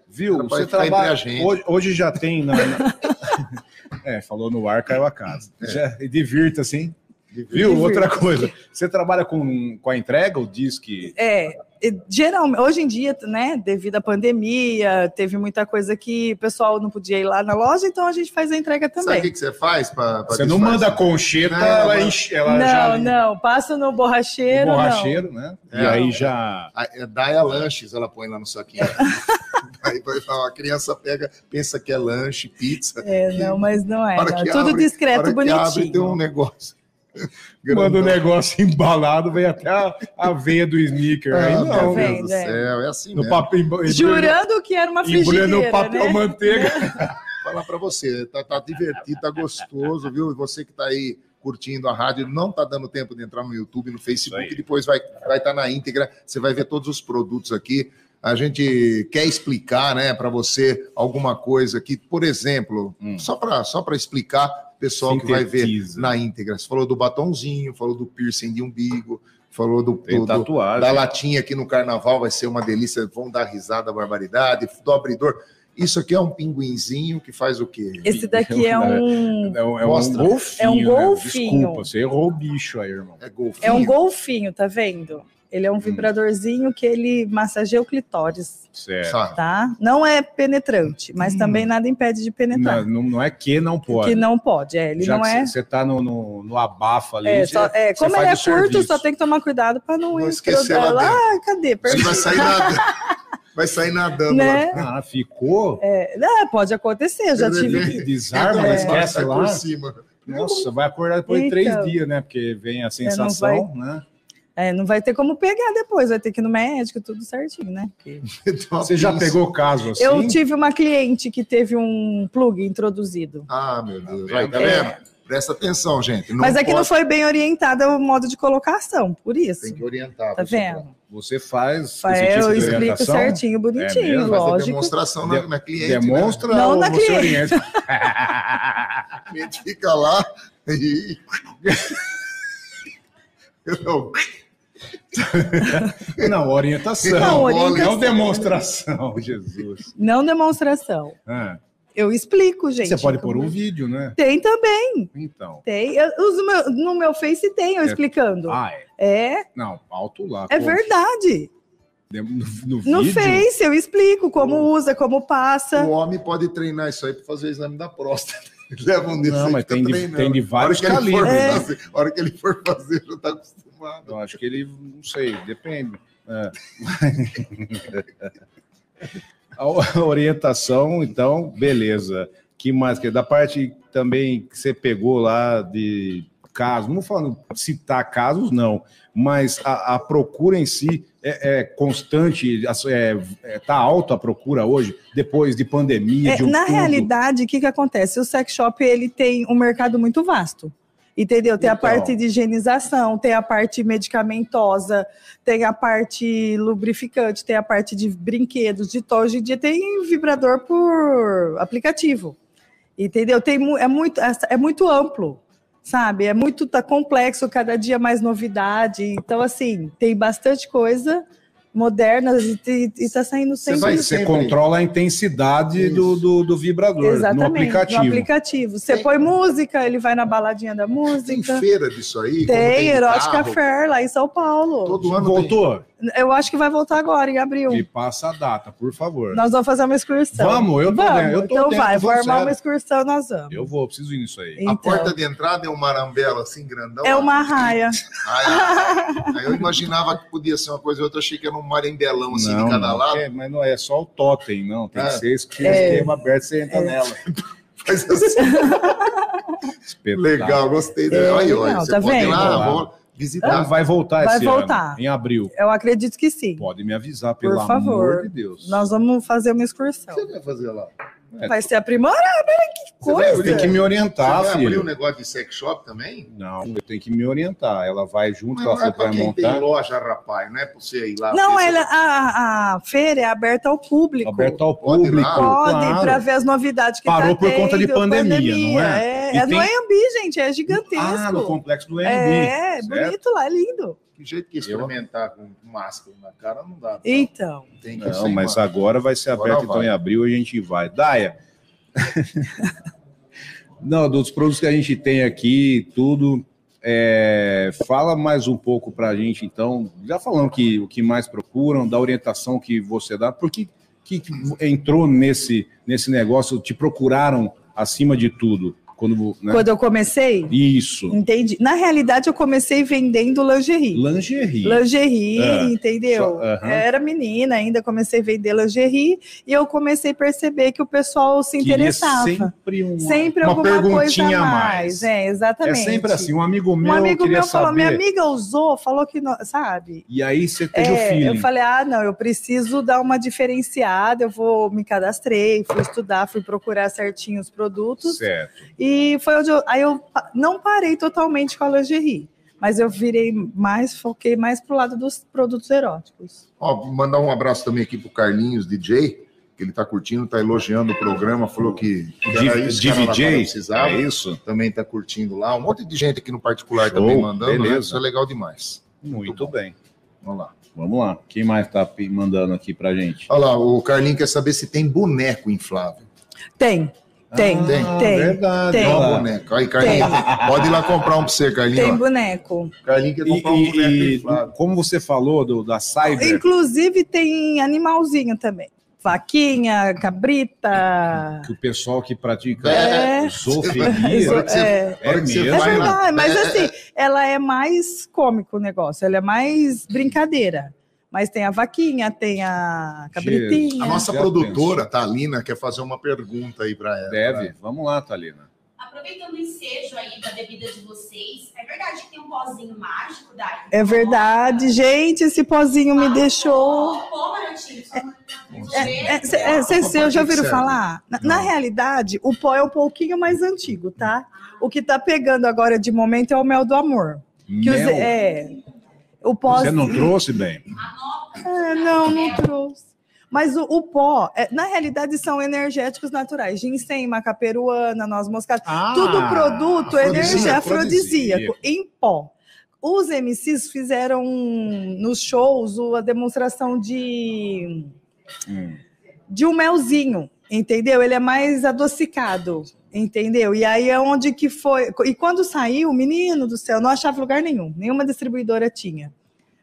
Speaker 5: Viu?
Speaker 4: Era pra
Speaker 5: Você
Speaker 4: ficar entre
Speaker 5: trabalha.
Speaker 4: a gente.
Speaker 5: Hoje, hoje já tem. Na, na- É, falou no ar, caiu a casa.
Speaker 4: É.
Speaker 5: Já- e Divirta-se, hein? Viu? Outra coisa. Você trabalha com, com a entrega ou diz que.
Speaker 6: É, e, geralmente, hoje em dia, né, devido à pandemia, teve muita coisa que o pessoal não podia ir lá na loja, então a gente faz a entrega
Speaker 4: Sabe o que,
Speaker 6: também.
Speaker 4: que você faz pra, pra
Speaker 5: Você não
Speaker 4: disfarçar?
Speaker 5: manda a concheta,
Speaker 4: Não,
Speaker 5: ela,
Speaker 4: mas-
Speaker 5: enche- ela já. um
Speaker 6: Não, não, passa no borracheiro. não.
Speaker 5: borracheiro, né? e
Speaker 4: É,
Speaker 5: aí
Speaker 4: não.
Speaker 5: já.
Speaker 4: A- É Daia Lanches, ela põe lá no saquinho. Aí vai falar, a criança pega, pensa que é lanche, pizza.
Speaker 6: É, não, mas não é.
Speaker 4: Hora
Speaker 6: não.
Speaker 4: que
Speaker 6: Tudo
Speaker 4: abre-
Speaker 6: discreto,
Speaker 4: hora que abre tem
Speaker 6: bonitinho.
Speaker 4: um negócio.
Speaker 5: Manda
Speaker 4: grandão.
Speaker 5: o negócio embalado, vem até a, a veia do sneaker. aí
Speaker 4: Ah,
Speaker 5: não,
Speaker 4: meu
Speaker 5: né?
Speaker 4: Deus do
Speaker 6: vendo, é.
Speaker 4: céu, é assim
Speaker 5: no
Speaker 4: mesmo.
Speaker 5: papel emba-
Speaker 6: Jurando que era uma frigideira,
Speaker 5: embrulhando papel
Speaker 6: né?
Speaker 5: manteiga.
Speaker 4: Falar pra você, tá, tá divertido, tá gostoso, viu? E você que tá aí curtindo a rádio, não tá dando tempo de entrar no YouTube, no Facebook,
Speaker 5: Isso aí.
Speaker 4: e depois vai estar vai tá na íntegra, você vai ver todos os produtos aqui. A gente quer explicar, né, para você alguma coisa que, por exemplo,
Speaker 5: Hum.
Speaker 4: só para só para explicar, pessoal que vai ver
Speaker 5: Sintetiza.
Speaker 4: na íntegra. Você falou do batonzinho, falou do piercing de umbigo, falou do,
Speaker 5: Tem
Speaker 4: do- do-
Speaker 5: tatuagem.
Speaker 4: da latinha aqui no carnaval, vai ser uma delícia, vão dar risada, barbaridade, do abridor. Isso aqui é um pinguinzinho que faz o quê?
Speaker 6: Esse daqui é um,
Speaker 5: É um, é um
Speaker 4: Mostra.
Speaker 5: golfinho.
Speaker 6: É um
Speaker 5: né?
Speaker 6: golfinho.
Speaker 5: Desculpa, você errou o bicho aí, irmão.
Speaker 4: É golfinho?
Speaker 6: é um golfinho, tá vendo? Ele é
Speaker 5: Hum.
Speaker 6: um vibradorzinho que ele massageia o clitóris,
Speaker 5: Certo.
Speaker 4: Sabe?
Speaker 6: tá? Não é penetrante, mas também nada impede de
Speaker 4: né,
Speaker 6: penetrar.
Speaker 5: Hum. Não, não, não é que não pode.
Speaker 6: Que não pode, é. Ele
Speaker 5: Já
Speaker 6: não
Speaker 5: que
Speaker 6: é.
Speaker 5: você tá no, no, no abafa ali.
Speaker 6: é,
Speaker 5: você-
Speaker 6: só- é,
Speaker 5: você
Speaker 6: como ele é
Speaker 5: faz
Speaker 6: curto,
Speaker 5: o serviço.
Speaker 6: só tem que tomar cuidado pra não,
Speaker 4: Não esquecer
Speaker 6: escrodar
Speaker 4: lá
Speaker 6: lá. Ah, cadê?
Speaker 4: Você
Speaker 6: Perdi.
Speaker 4: vai sair nadando. Vai sair nadando.
Speaker 6: Né?
Speaker 5: Ah, ficou?
Speaker 6: É, não, pode acontecer, eu já tive.
Speaker 5: Desarma,
Speaker 4: É.
Speaker 5: né? esquece
Speaker 4: Sai
Speaker 5: lá.
Speaker 4: por cima.
Speaker 5: Nossa, vai acordar depois de
Speaker 6: Então.
Speaker 5: três dias, né? Porque vem a sensação, né?
Speaker 6: É, não vai ter como pegar depois, vai ter que ir no médico, tudo certinho, né? Porque-
Speaker 4: Tem uma
Speaker 5: Você já
Speaker 4: pinça.
Speaker 5: pegou caso assim?
Speaker 6: Eu tive uma cliente que teve um plug introduzido.
Speaker 4: Ah, meu Deus. Vai, tá
Speaker 5: vendo?
Speaker 4: vendo? Presta atenção, gente. Não
Speaker 6: Mas é que não
Speaker 4: pode-
Speaker 6: foi bem orientada o modo de colocação, por
Speaker 4: Tem
Speaker 6: isso.
Speaker 4: que orientar.
Speaker 6: Tá
Speaker 4: pessoal.
Speaker 6: vendo?
Speaker 5: Você faz.
Speaker 6: Fa-
Speaker 5: esse tipo
Speaker 6: Eu
Speaker 5: de
Speaker 6: explico
Speaker 5: orientação? né,
Speaker 6: certinho, bonitinho,
Speaker 5: mesmo?
Speaker 4: Faz a
Speaker 6: lógico.
Speaker 4: demonstração na, na cliente. né?
Speaker 5: Demonstra
Speaker 6: Não,
Speaker 5: ou
Speaker 6: na
Speaker 5: você
Speaker 6: cliente.
Speaker 5: orienta?
Speaker 4: A cliente fica lá e... Eu não-
Speaker 5: Não, orientação.
Speaker 6: Não, orientação.
Speaker 5: Não demonstração, Jesus.
Speaker 6: Não demonstração.
Speaker 5: Ah,
Speaker 6: Eu explico, gente.
Speaker 5: você pode
Speaker 6: como-
Speaker 5: pôr um vídeo, né?
Speaker 6: Tem também,
Speaker 5: Então.
Speaker 6: tem. Eu uso meu- no meu Face tem eu
Speaker 5: É.
Speaker 6: explicando.
Speaker 5: Ah, é.
Speaker 6: É,
Speaker 5: Não, alto lá.
Speaker 6: é
Speaker 5: pô.
Speaker 6: verdade.
Speaker 5: No, no
Speaker 6: No
Speaker 5: vídeo?
Speaker 6: Face eu explico como usa, como passa.
Speaker 4: O homem pode treinar isso aí para fazer o exame da próstata. Leva um desses
Speaker 5: Não,
Speaker 4: aí,
Speaker 5: mas
Speaker 4: fica
Speaker 5: tem de-
Speaker 4: treinando.
Speaker 5: tem de vários
Speaker 4: a hora que ele for
Speaker 5: calibres, né?
Speaker 4: fazer, A hora que ele for fazer, já está acostumado.
Speaker 5: Eu Então, acho que ele, não sei, depende. É. A o- a orientação, então, beleza. Que mais? Que da parte também que você pegou lá de casos, não falando citar casos, não, mas a, a procura em si é, é constante, está é, é, tá alta a procura hoje, depois de pandemia,
Speaker 6: É,
Speaker 5: de um
Speaker 6: na
Speaker 5: tudo.
Speaker 6: realidade, o que, que acontece? O sex shop ele tem um mercado muito vasto. Entendeu? Tem a
Speaker 5: Então.
Speaker 6: parte de higienização, tem a parte medicamentosa, tem a parte lubrificante, tem a parte de brinquedos, de toy. Hoje em dia tem vibrador por aplicativo. Entendeu? Tem, mu- é, muito, é muito amplo, sabe? É muito tá complexo, cada dia mais novidade. Então, assim, tem bastante coisa moderna e, e, e tá saindo sempre.
Speaker 8: vai
Speaker 5: Você
Speaker 8: Sempre.
Speaker 5: controla a intensidade
Speaker 8: Isso.
Speaker 5: do, do, do vibrador no
Speaker 6: Exatamente,
Speaker 5: aplicativo.
Speaker 6: no aplicativo. Você
Speaker 8: Tem-
Speaker 6: põe música, ele vai na baladinha da
Speaker 4: Tem
Speaker 6: música.
Speaker 4: feira disso
Speaker 6: Tem,
Speaker 4: aí? quando de
Speaker 6: Erótica
Speaker 4: carro,
Speaker 6: Fair lá em São Paulo.
Speaker 4: Todo ano tem.
Speaker 5: Voltou?
Speaker 6: Eu acho que vai voltar agora, em abril.
Speaker 5: E passa a data, por favor.
Speaker 6: Nós vamos fazer uma excursão.
Speaker 5: Vamos, eu tô dentro, eu tô
Speaker 6: então
Speaker 5: dentro,
Speaker 6: vai,
Speaker 5: tô
Speaker 6: vou
Speaker 5: falando
Speaker 6: armar
Speaker 5: sério.
Speaker 6: uma excursão, nós vamos.
Speaker 5: Eu vou, preciso ir nisso aí.
Speaker 4: A
Speaker 6: Então,
Speaker 4: porta de entrada é um marambelo assim, grandão.
Speaker 6: é uma raia.
Speaker 4: Aí, aí- aí eu imaginava que podia ser uma coisa e outra, achei que era um marembelão assim de cada
Speaker 5: não,
Speaker 4: lado.
Speaker 5: é, mas não é só o totem, não. Tem
Speaker 4: É.
Speaker 5: que ser esquema,
Speaker 6: É.
Speaker 5: esquema aberto, você entra nela.
Speaker 4: Faz assim.
Speaker 5: Espetáculo.
Speaker 4: Legal, gostei.
Speaker 6: É,
Speaker 4: olha, olha,
Speaker 6: legal,
Speaker 4: você
Speaker 6: tá
Speaker 4: pode ir
Speaker 6: vendo?
Speaker 4: lá,
Speaker 5: Claro.
Speaker 4: vou visitar.
Speaker 5: Então vai voltar
Speaker 6: Tá. Vai
Speaker 5: esse
Speaker 6: voltar.
Speaker 5: ano, em abril.
Speaker 6: Eu acredito que sim.
Speaker 5: Pode me avisar,
Speaker 6: Por
Speaker 5: pelo
Speaker 6: favor.
Speaker 5: amor de Deus.
Speaker 6: Nós vamos fazer uma excursão.
Speaker 4: O que vai fazer lá?
Speaker 5: É,
Speaker 6: Vai ser aprimorada, olha que coisa.
Speaker 5: Tem que me orientar,
Speaker 4: você vai abrir
Speaker 5: Tá, filho.
Speaker 4: um negócio de sex shop também?
Speaker 5: Não, eu tenho que me orientar. Ela vai junto,
Speaker 4: Mas
Speaker 5: ela
Speaker 4: não é
Speaker 5: falou que
Speaker 4: pra
Speaker 5: vai
Speaker 4: quem
Speaker 5: montar.
Speaker 4: tem loja, rapaz, não é pra você ir lá.
Speaker 6: Não,
Speaker 4: ver se-
Speaker 6: ela, a, a feira é aberta ao público.
Speaker 5: Aberto ao
Speaker 4: Pode ir
Speaker 5: público.
Speaker 4: lá.
Speaker 6: Pode,
Speaker 5: claro.
Speaker 6: pra ver as novidades que
Speaker 5: Parou
Speaker 6: tá
Speaker 5: por conta de
Speaker 6: tendo,
Speaker 5: pandemia, não é?
Speaker 6: É,
Speaker 5: E
Speaker 6: é no
Speaker 5: tem-
Speaker 6: AMB, gente, é gigantesco.
Speaker 5: Ah, no complexo do EMB.
Speaker 6: é,
Speaker 5: certo?
Speaker 6: bonito lá, é lindo.
Speaker 4: Que jeito que experimentar com máscara na cara não dá.
Speaker 6: Então,
Speaker 4: Tem que
Speaker 5: Não,
Speaker 4: sem
Speaker 5: mas
Speaker 4: máscara.
Speaker 5: agora vai ser
Speaker 4: Agora
Speaker 5: aberto, então
Speaker 4: vai.
Speaker 5: em abril a gente vai. Daia. Não, dos produtos que a gente tem aqui, tudo. é, fala mais um pouco pra gente, então. Já falando que o que mais procuram, da orientação que você dá, por que, que que entrou nesse, nesse negócio? Te procuraram acima de tudo. Quando, né?
Speaker 6: quando eu comecei,
Speaker 5: Isso.
Speaker 6: entendi. Na realidade, eu comecei vendendo lingerie.
Speaker 5: Lingerie.
Speaker 6: Lingerie,
Speaker 5: É.
Speaker 6: entendeu?
Speaker 5: Só- aham.
Speaker 6: Era menina ainda, comecei a vender lingerie e eu comecei a perceber que o pessoal se
Speaker 5: Queria
Speaker 6: interessava. Sempre,
Speaker 5: sempre uma, uma
Speaker 6: alguma coisa a
Speaker 5: perguntinha a
Speaker 6: mais. É,
Speaker 5: É
Speaker 6: exatamente.
Speaker 5: sempre assim, um amigo
Speaker 6: Um
Speaker 5: meu
Speaker 6: amigo
Speaker 5: queria
Speaker 6: meu
Speaker 5: saber.
Speaker 6: falou, minha amiga usou, falou que não, sabe?
Speaker 5: E aí você teve o
Speaker 6: É, eu
Speaker 5: feeling.
Speaker 6: falei, ah, não, eu preciso dar uma diferenciada, eu vou me cadastrei, fui estudar, fui procurar certinho os produtos.
Speaker 5: Certo.
Speaker 6: E foi onde eu. Aí eu pa- não parei totalmente com a lingerie, mas eu virei mais, foquei mais pro lado dos produtos eróticos.
Speaker 4: Ó, vou mandar um abraço também aqui pro Carlinhos DJ, que ele tá curtindo, tá elogiando o programa, falou que, que era isso que a Lava Jato
Speaker 5: DJ,
Speaker 4: tá precisava.
Speaker 5: é Então, isso?
Speaker 4: Também tá curtindo lá. Um monte de gente aqui no particular
Speaker 5: Show,
Speaker 4: também mandando, né?
Speaker 5: beleza.
Speaker 4: Isso é legal demais.
Speaker 5: Muito bem.
Speaker 4: Vamos lá.
Speaker 5: Vamos lá. Quem mais tá pe- mandando aqui pra gente?
Speaker 4: Olha lá, o Carlinho quer saber se tem boneco inflável.
Speaker 6: Tem, tem,
Speaker 4: tem.
Speaker 6: tem.
Speaker 5: Ah, Verdade.
Speaker 6: tem.
Speaker 4: Não,
Speaker 5: olha lá.
Speaker 4: um boneco. Aí, Carlinho, pode ir lá comprar um pra você,
Speaker 6: tem
Speaker 4: Carlinho. ó.
Speaker 6: boneco.
Speaker 4: Carlinho quer comprar um boneco
Speaker 5: E, e-
Speaker 4: inflável.
Speaker 5: como você falou do, da Cyber,
Speaker 6: Inclusive tem animalzinho também. Vaquinha, cabrita.
Speaker 5: que o pessoal que pratica
Speaker 4: É.
Speaker 5: zoofilia
Speaker 4: que você-
Speaker 6: É.
Speaker 5: é
Speaker 4: hora que você
Speaker 5: mesmo.
Speaker 6: É
Speaker 4: vai lá.
Speaker 6: verdade, mas
Speaker 4: É, é,
Speaker 6: assim, ela é mais cômico o negócio, ela é mais brincadeira. Mas tem a vaquinha, tem a cabritinha.
Speaker 4: A nossa
Speaker 5: Já
Speaker 4: produtora, Thalina, quer fazer uma pergunta aí pra ela.
Speaker 5: Deve. Vamos lá, Thalina.
Speaker 9: Aproveitando o ensejo aí da bebida de vocês, é verdade que tem um pozinho mágico daí?
Speaker 6: É verdade, gente, esse pozinho me deixou.
Speaker 9: Pô, Marotinho, só não- não
Speaker 6: É, é,
Speaker 9: sei.
Speaker 6: cê- é, Vocês
Speaker 4: Pra que
Speaker 6: já ouviram
Speaker 4: serve?
Speaker 6: falar? Na, na realidade, o pó é um pouquinho mais antigo, tá? O que tá pegando agora de momento é o mel do amor. Que os-
Speaker 5: Mel,
Speaker 6: é, o pó.
Speaker 5: você não trouxe bem?
Speaker 6: É, não, não trouxe. Mas o, o pó, é, na realidade, são energéticos naturais. Ginseng, macaperuana, noz moscada.
Speaker 5: Ah,
Speaker 6: tudo produto energia-
Speaker 5: afrodisíaco.
Speaker 6: afrodisíaco, em pó. Os MCs fizeram um- nos shows o- a demonstração de,
Speaker 5: Hum.
Speaker 6: de um melzinho, entendeu? Ele é mais adocicado, entendeu? E aí é onde que foi. E quando saiu, menino do céu, não achava lugar nenhum, nenhuma distribuidora tinha.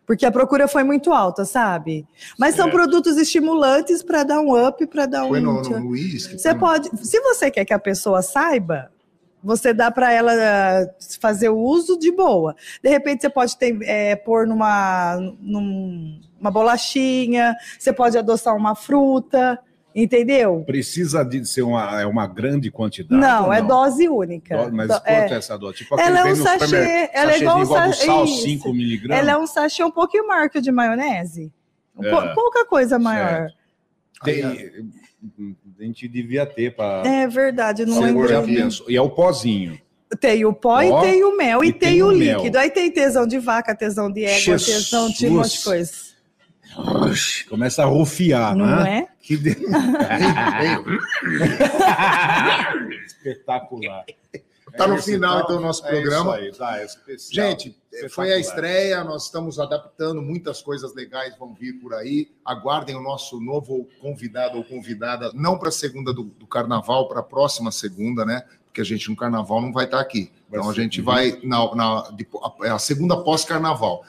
Speaker 6: Porque a procura foi muito alta, sabe? Mas são
Speaker 5: Certo.
Speaker 6: produtos estimulantes para dar um up, para dar um.
Speaker 4: Foi no, no Luiz. que
Speaker 6: Você
Speaker 4: foi no-
Speaker 6: pode, se você quer que a pessoa saiba, você dá para ela ah, fazer o uso de boa. De repente você pode ter, eh, pôr numa num- uma bolachinha, você pode adoçar uma fruta, entendeu?
Speaker 5: Precisa de ser uma, é uma grande quantidade?
Speaker 7: então
Speaker 6: Não,
Speaker 5: ou
Speaker 6: é dose única.
Speaker 5: Dó- Mas
Speaker 6: Do-
Speaker 5: quanto
Speaker 6: é.
Speaker 5: é essa dose? Tipo
Speaker 6: Ela é
Speaker 5: aquele
Speaker 6: um
Speaker 5: que vem no
Speaker 6: sachê,
Speaker 5: supermercado,
Speaker 6: ela é igual um
Speaker 5: sachêzinho
Speaker 6: sachê-
Speaker 5: sal,
Speaker 6: isso.
Speaker 5: 5 miligramas.
Speaker 6: Ela é um sachê um pouquinho maior que o de maionese. Um pou-
Speaker 5: É.
Speaker 6: Pouca coisa maior.
Speaker 5: Certo. Tem- a gente devia ter para.
Speaker 6: É verdade, É não lembro.
Speaker 5: e é o pozinho.
Speaker 6: Tem o pó
Speaker 5: Ó,
Speaker 6: e tem o mel e, tem, o
Speaker 5: mel.
Speaker 6: líquido. Aí tem tesão de vaca, tesão de égua, tesão de um monte
Speaker 5: Jesus.
Speaker 6: de coisa.
Speaker 5: Começa a rufiar,
Speaker 6: Não
Speaker 5: né?
Speaker 6: é?
Speaker 5: Que de-
Speaker 4: Ei,
Speaker 5: espetacular.
Speaker 4: ei, Tá
Speaker 5: É
Speaker 4: no
Speaker 5: isso,
Speaker 4: final,
Speaker 5: tá-
Speaker 4: então, o nosso
Speaker 5: é
Speaker 4: programa.
Speaker 5: isso aí, tá, é especial.
Speaker 4: Gente, foi a
Speaker 5: Espetacular.
Speaker 4: estreia, nós estamos adaptando, muitas coisas legais vão vir por aí. Aguardem o nosso novo convidado ou convidada, não para a segunda do, do carnaval, para a próxima segunda, né? Porque a gente no carnaval não vai estar aqui.
Speaker 5: Vai
Speaker 4: então a
Speaker 5: ser-
Speaker 4: gente
Speaker 5: Uhum.
Speaker 4: vai na, na- depo- a- é a segunda pós-carnaval.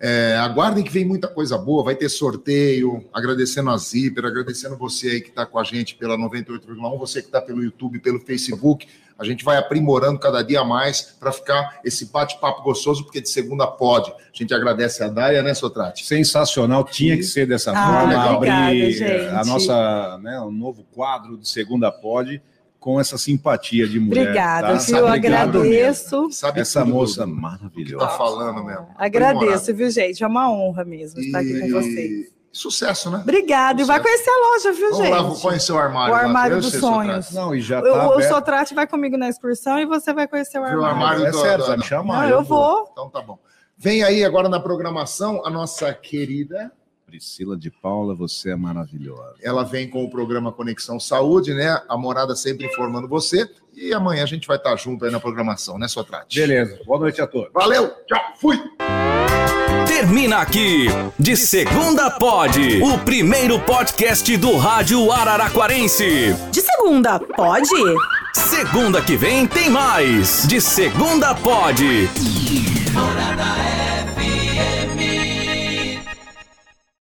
Speaker 4: É, aguardem que vem muita coisa boa, vai ter sorteio, agradecendo a Zíper, agradecendo você aí que está com a gente pela 98,1, você que está pelo YouTube, pelo Facebook, a gente vai aprimorando cada dia mais para ficar esse bate-papo gostoso, porque de segunda pode. A gente agradece a Daia, né, Sotrate?
Speaker 5: Sensacional, tinha que ser dessa
Speaker 6: Ah,
Speaker 5: forma.
Speaker 6: obrigada,
Speaker 5: abrir
Speaker 6: gente.
Speaker 5: a nossa, né, um novo quadro de Segunda Pod com essa simpatia de mulher.
Speaker 6: Obrigada,
Speaker 5: tá?
Speaker 6: viu? Eu
Speaker 5: Obrigado
Speaker 6: agradeço.
Speaker 4: Sabe
Speaker 5: Essa
Speaker 4: tudo
Speaker 5: moça
Speaker 4: que tá
Speaker 5: maravilhosa.
Speaker 4: falando mesmo.
Speaker 6: Agradeço, viu, gente? É uma honra mesmo estar aqui com
Speaker 4: E-
Speaker 6: vocês.
Speaker 4: Sucesso, né?
Speaker 6: Obrigada. E
Speaker 5: é
Speaker 6: vai conhecer a loja, viu,
Speaker 4: Vamos lá,
Speaker 6: gente?
Speaker 4: vou conhecer o armário.
Speaker 6: O
Speaker 4: lá,
Speaker 6: armário
Speaker 4: eu
Speaker 6: dos
Speaker 4: sei, Sotrate.
Speaker 6: sonhos.
Speaker 5: Não, e já
Speaker 6: Eu-
Speaker 5: tá
Speaker 6: o
Speaker 5: aberto.
Speaker 6: Sotrate vai comigo na excursão e você vai conhecer o
Speaker 4: Viu o
Speaker 6: armário.
Speaker 4: armário
Speaker 5: é
Speaker 4: do-
Speaker 5: sério,
Speaker 4: do-
Speaker 5: vai me
Speaker 4: do-
Speaker 5: chamar.
Speaker 6: Não, eu vou.
Speaker 4: Então tá bom. Vem aí agora na programação a nossa querida.
Speaker 5: Priscila de Paula, você é maravilhosa.
Speaker 4: Ela vem com o programa Conexão Saúde, né? A morada sempre informando você. E amanhã a gente vai estar junto aí na programação, né, Sotrate?
Speaker 5: Beleza, boa noite a todos.
Speaker 4: Valeu, tchau, fui!
Speaker 3: Termina aqui. De segunda pode. O primeiro podcast do rádio araraquarense.
Speaker 2: De segunda, pode?
Speaker 3: Segunda que vem tem mais. De segunda pode.
Speaker 1: Morada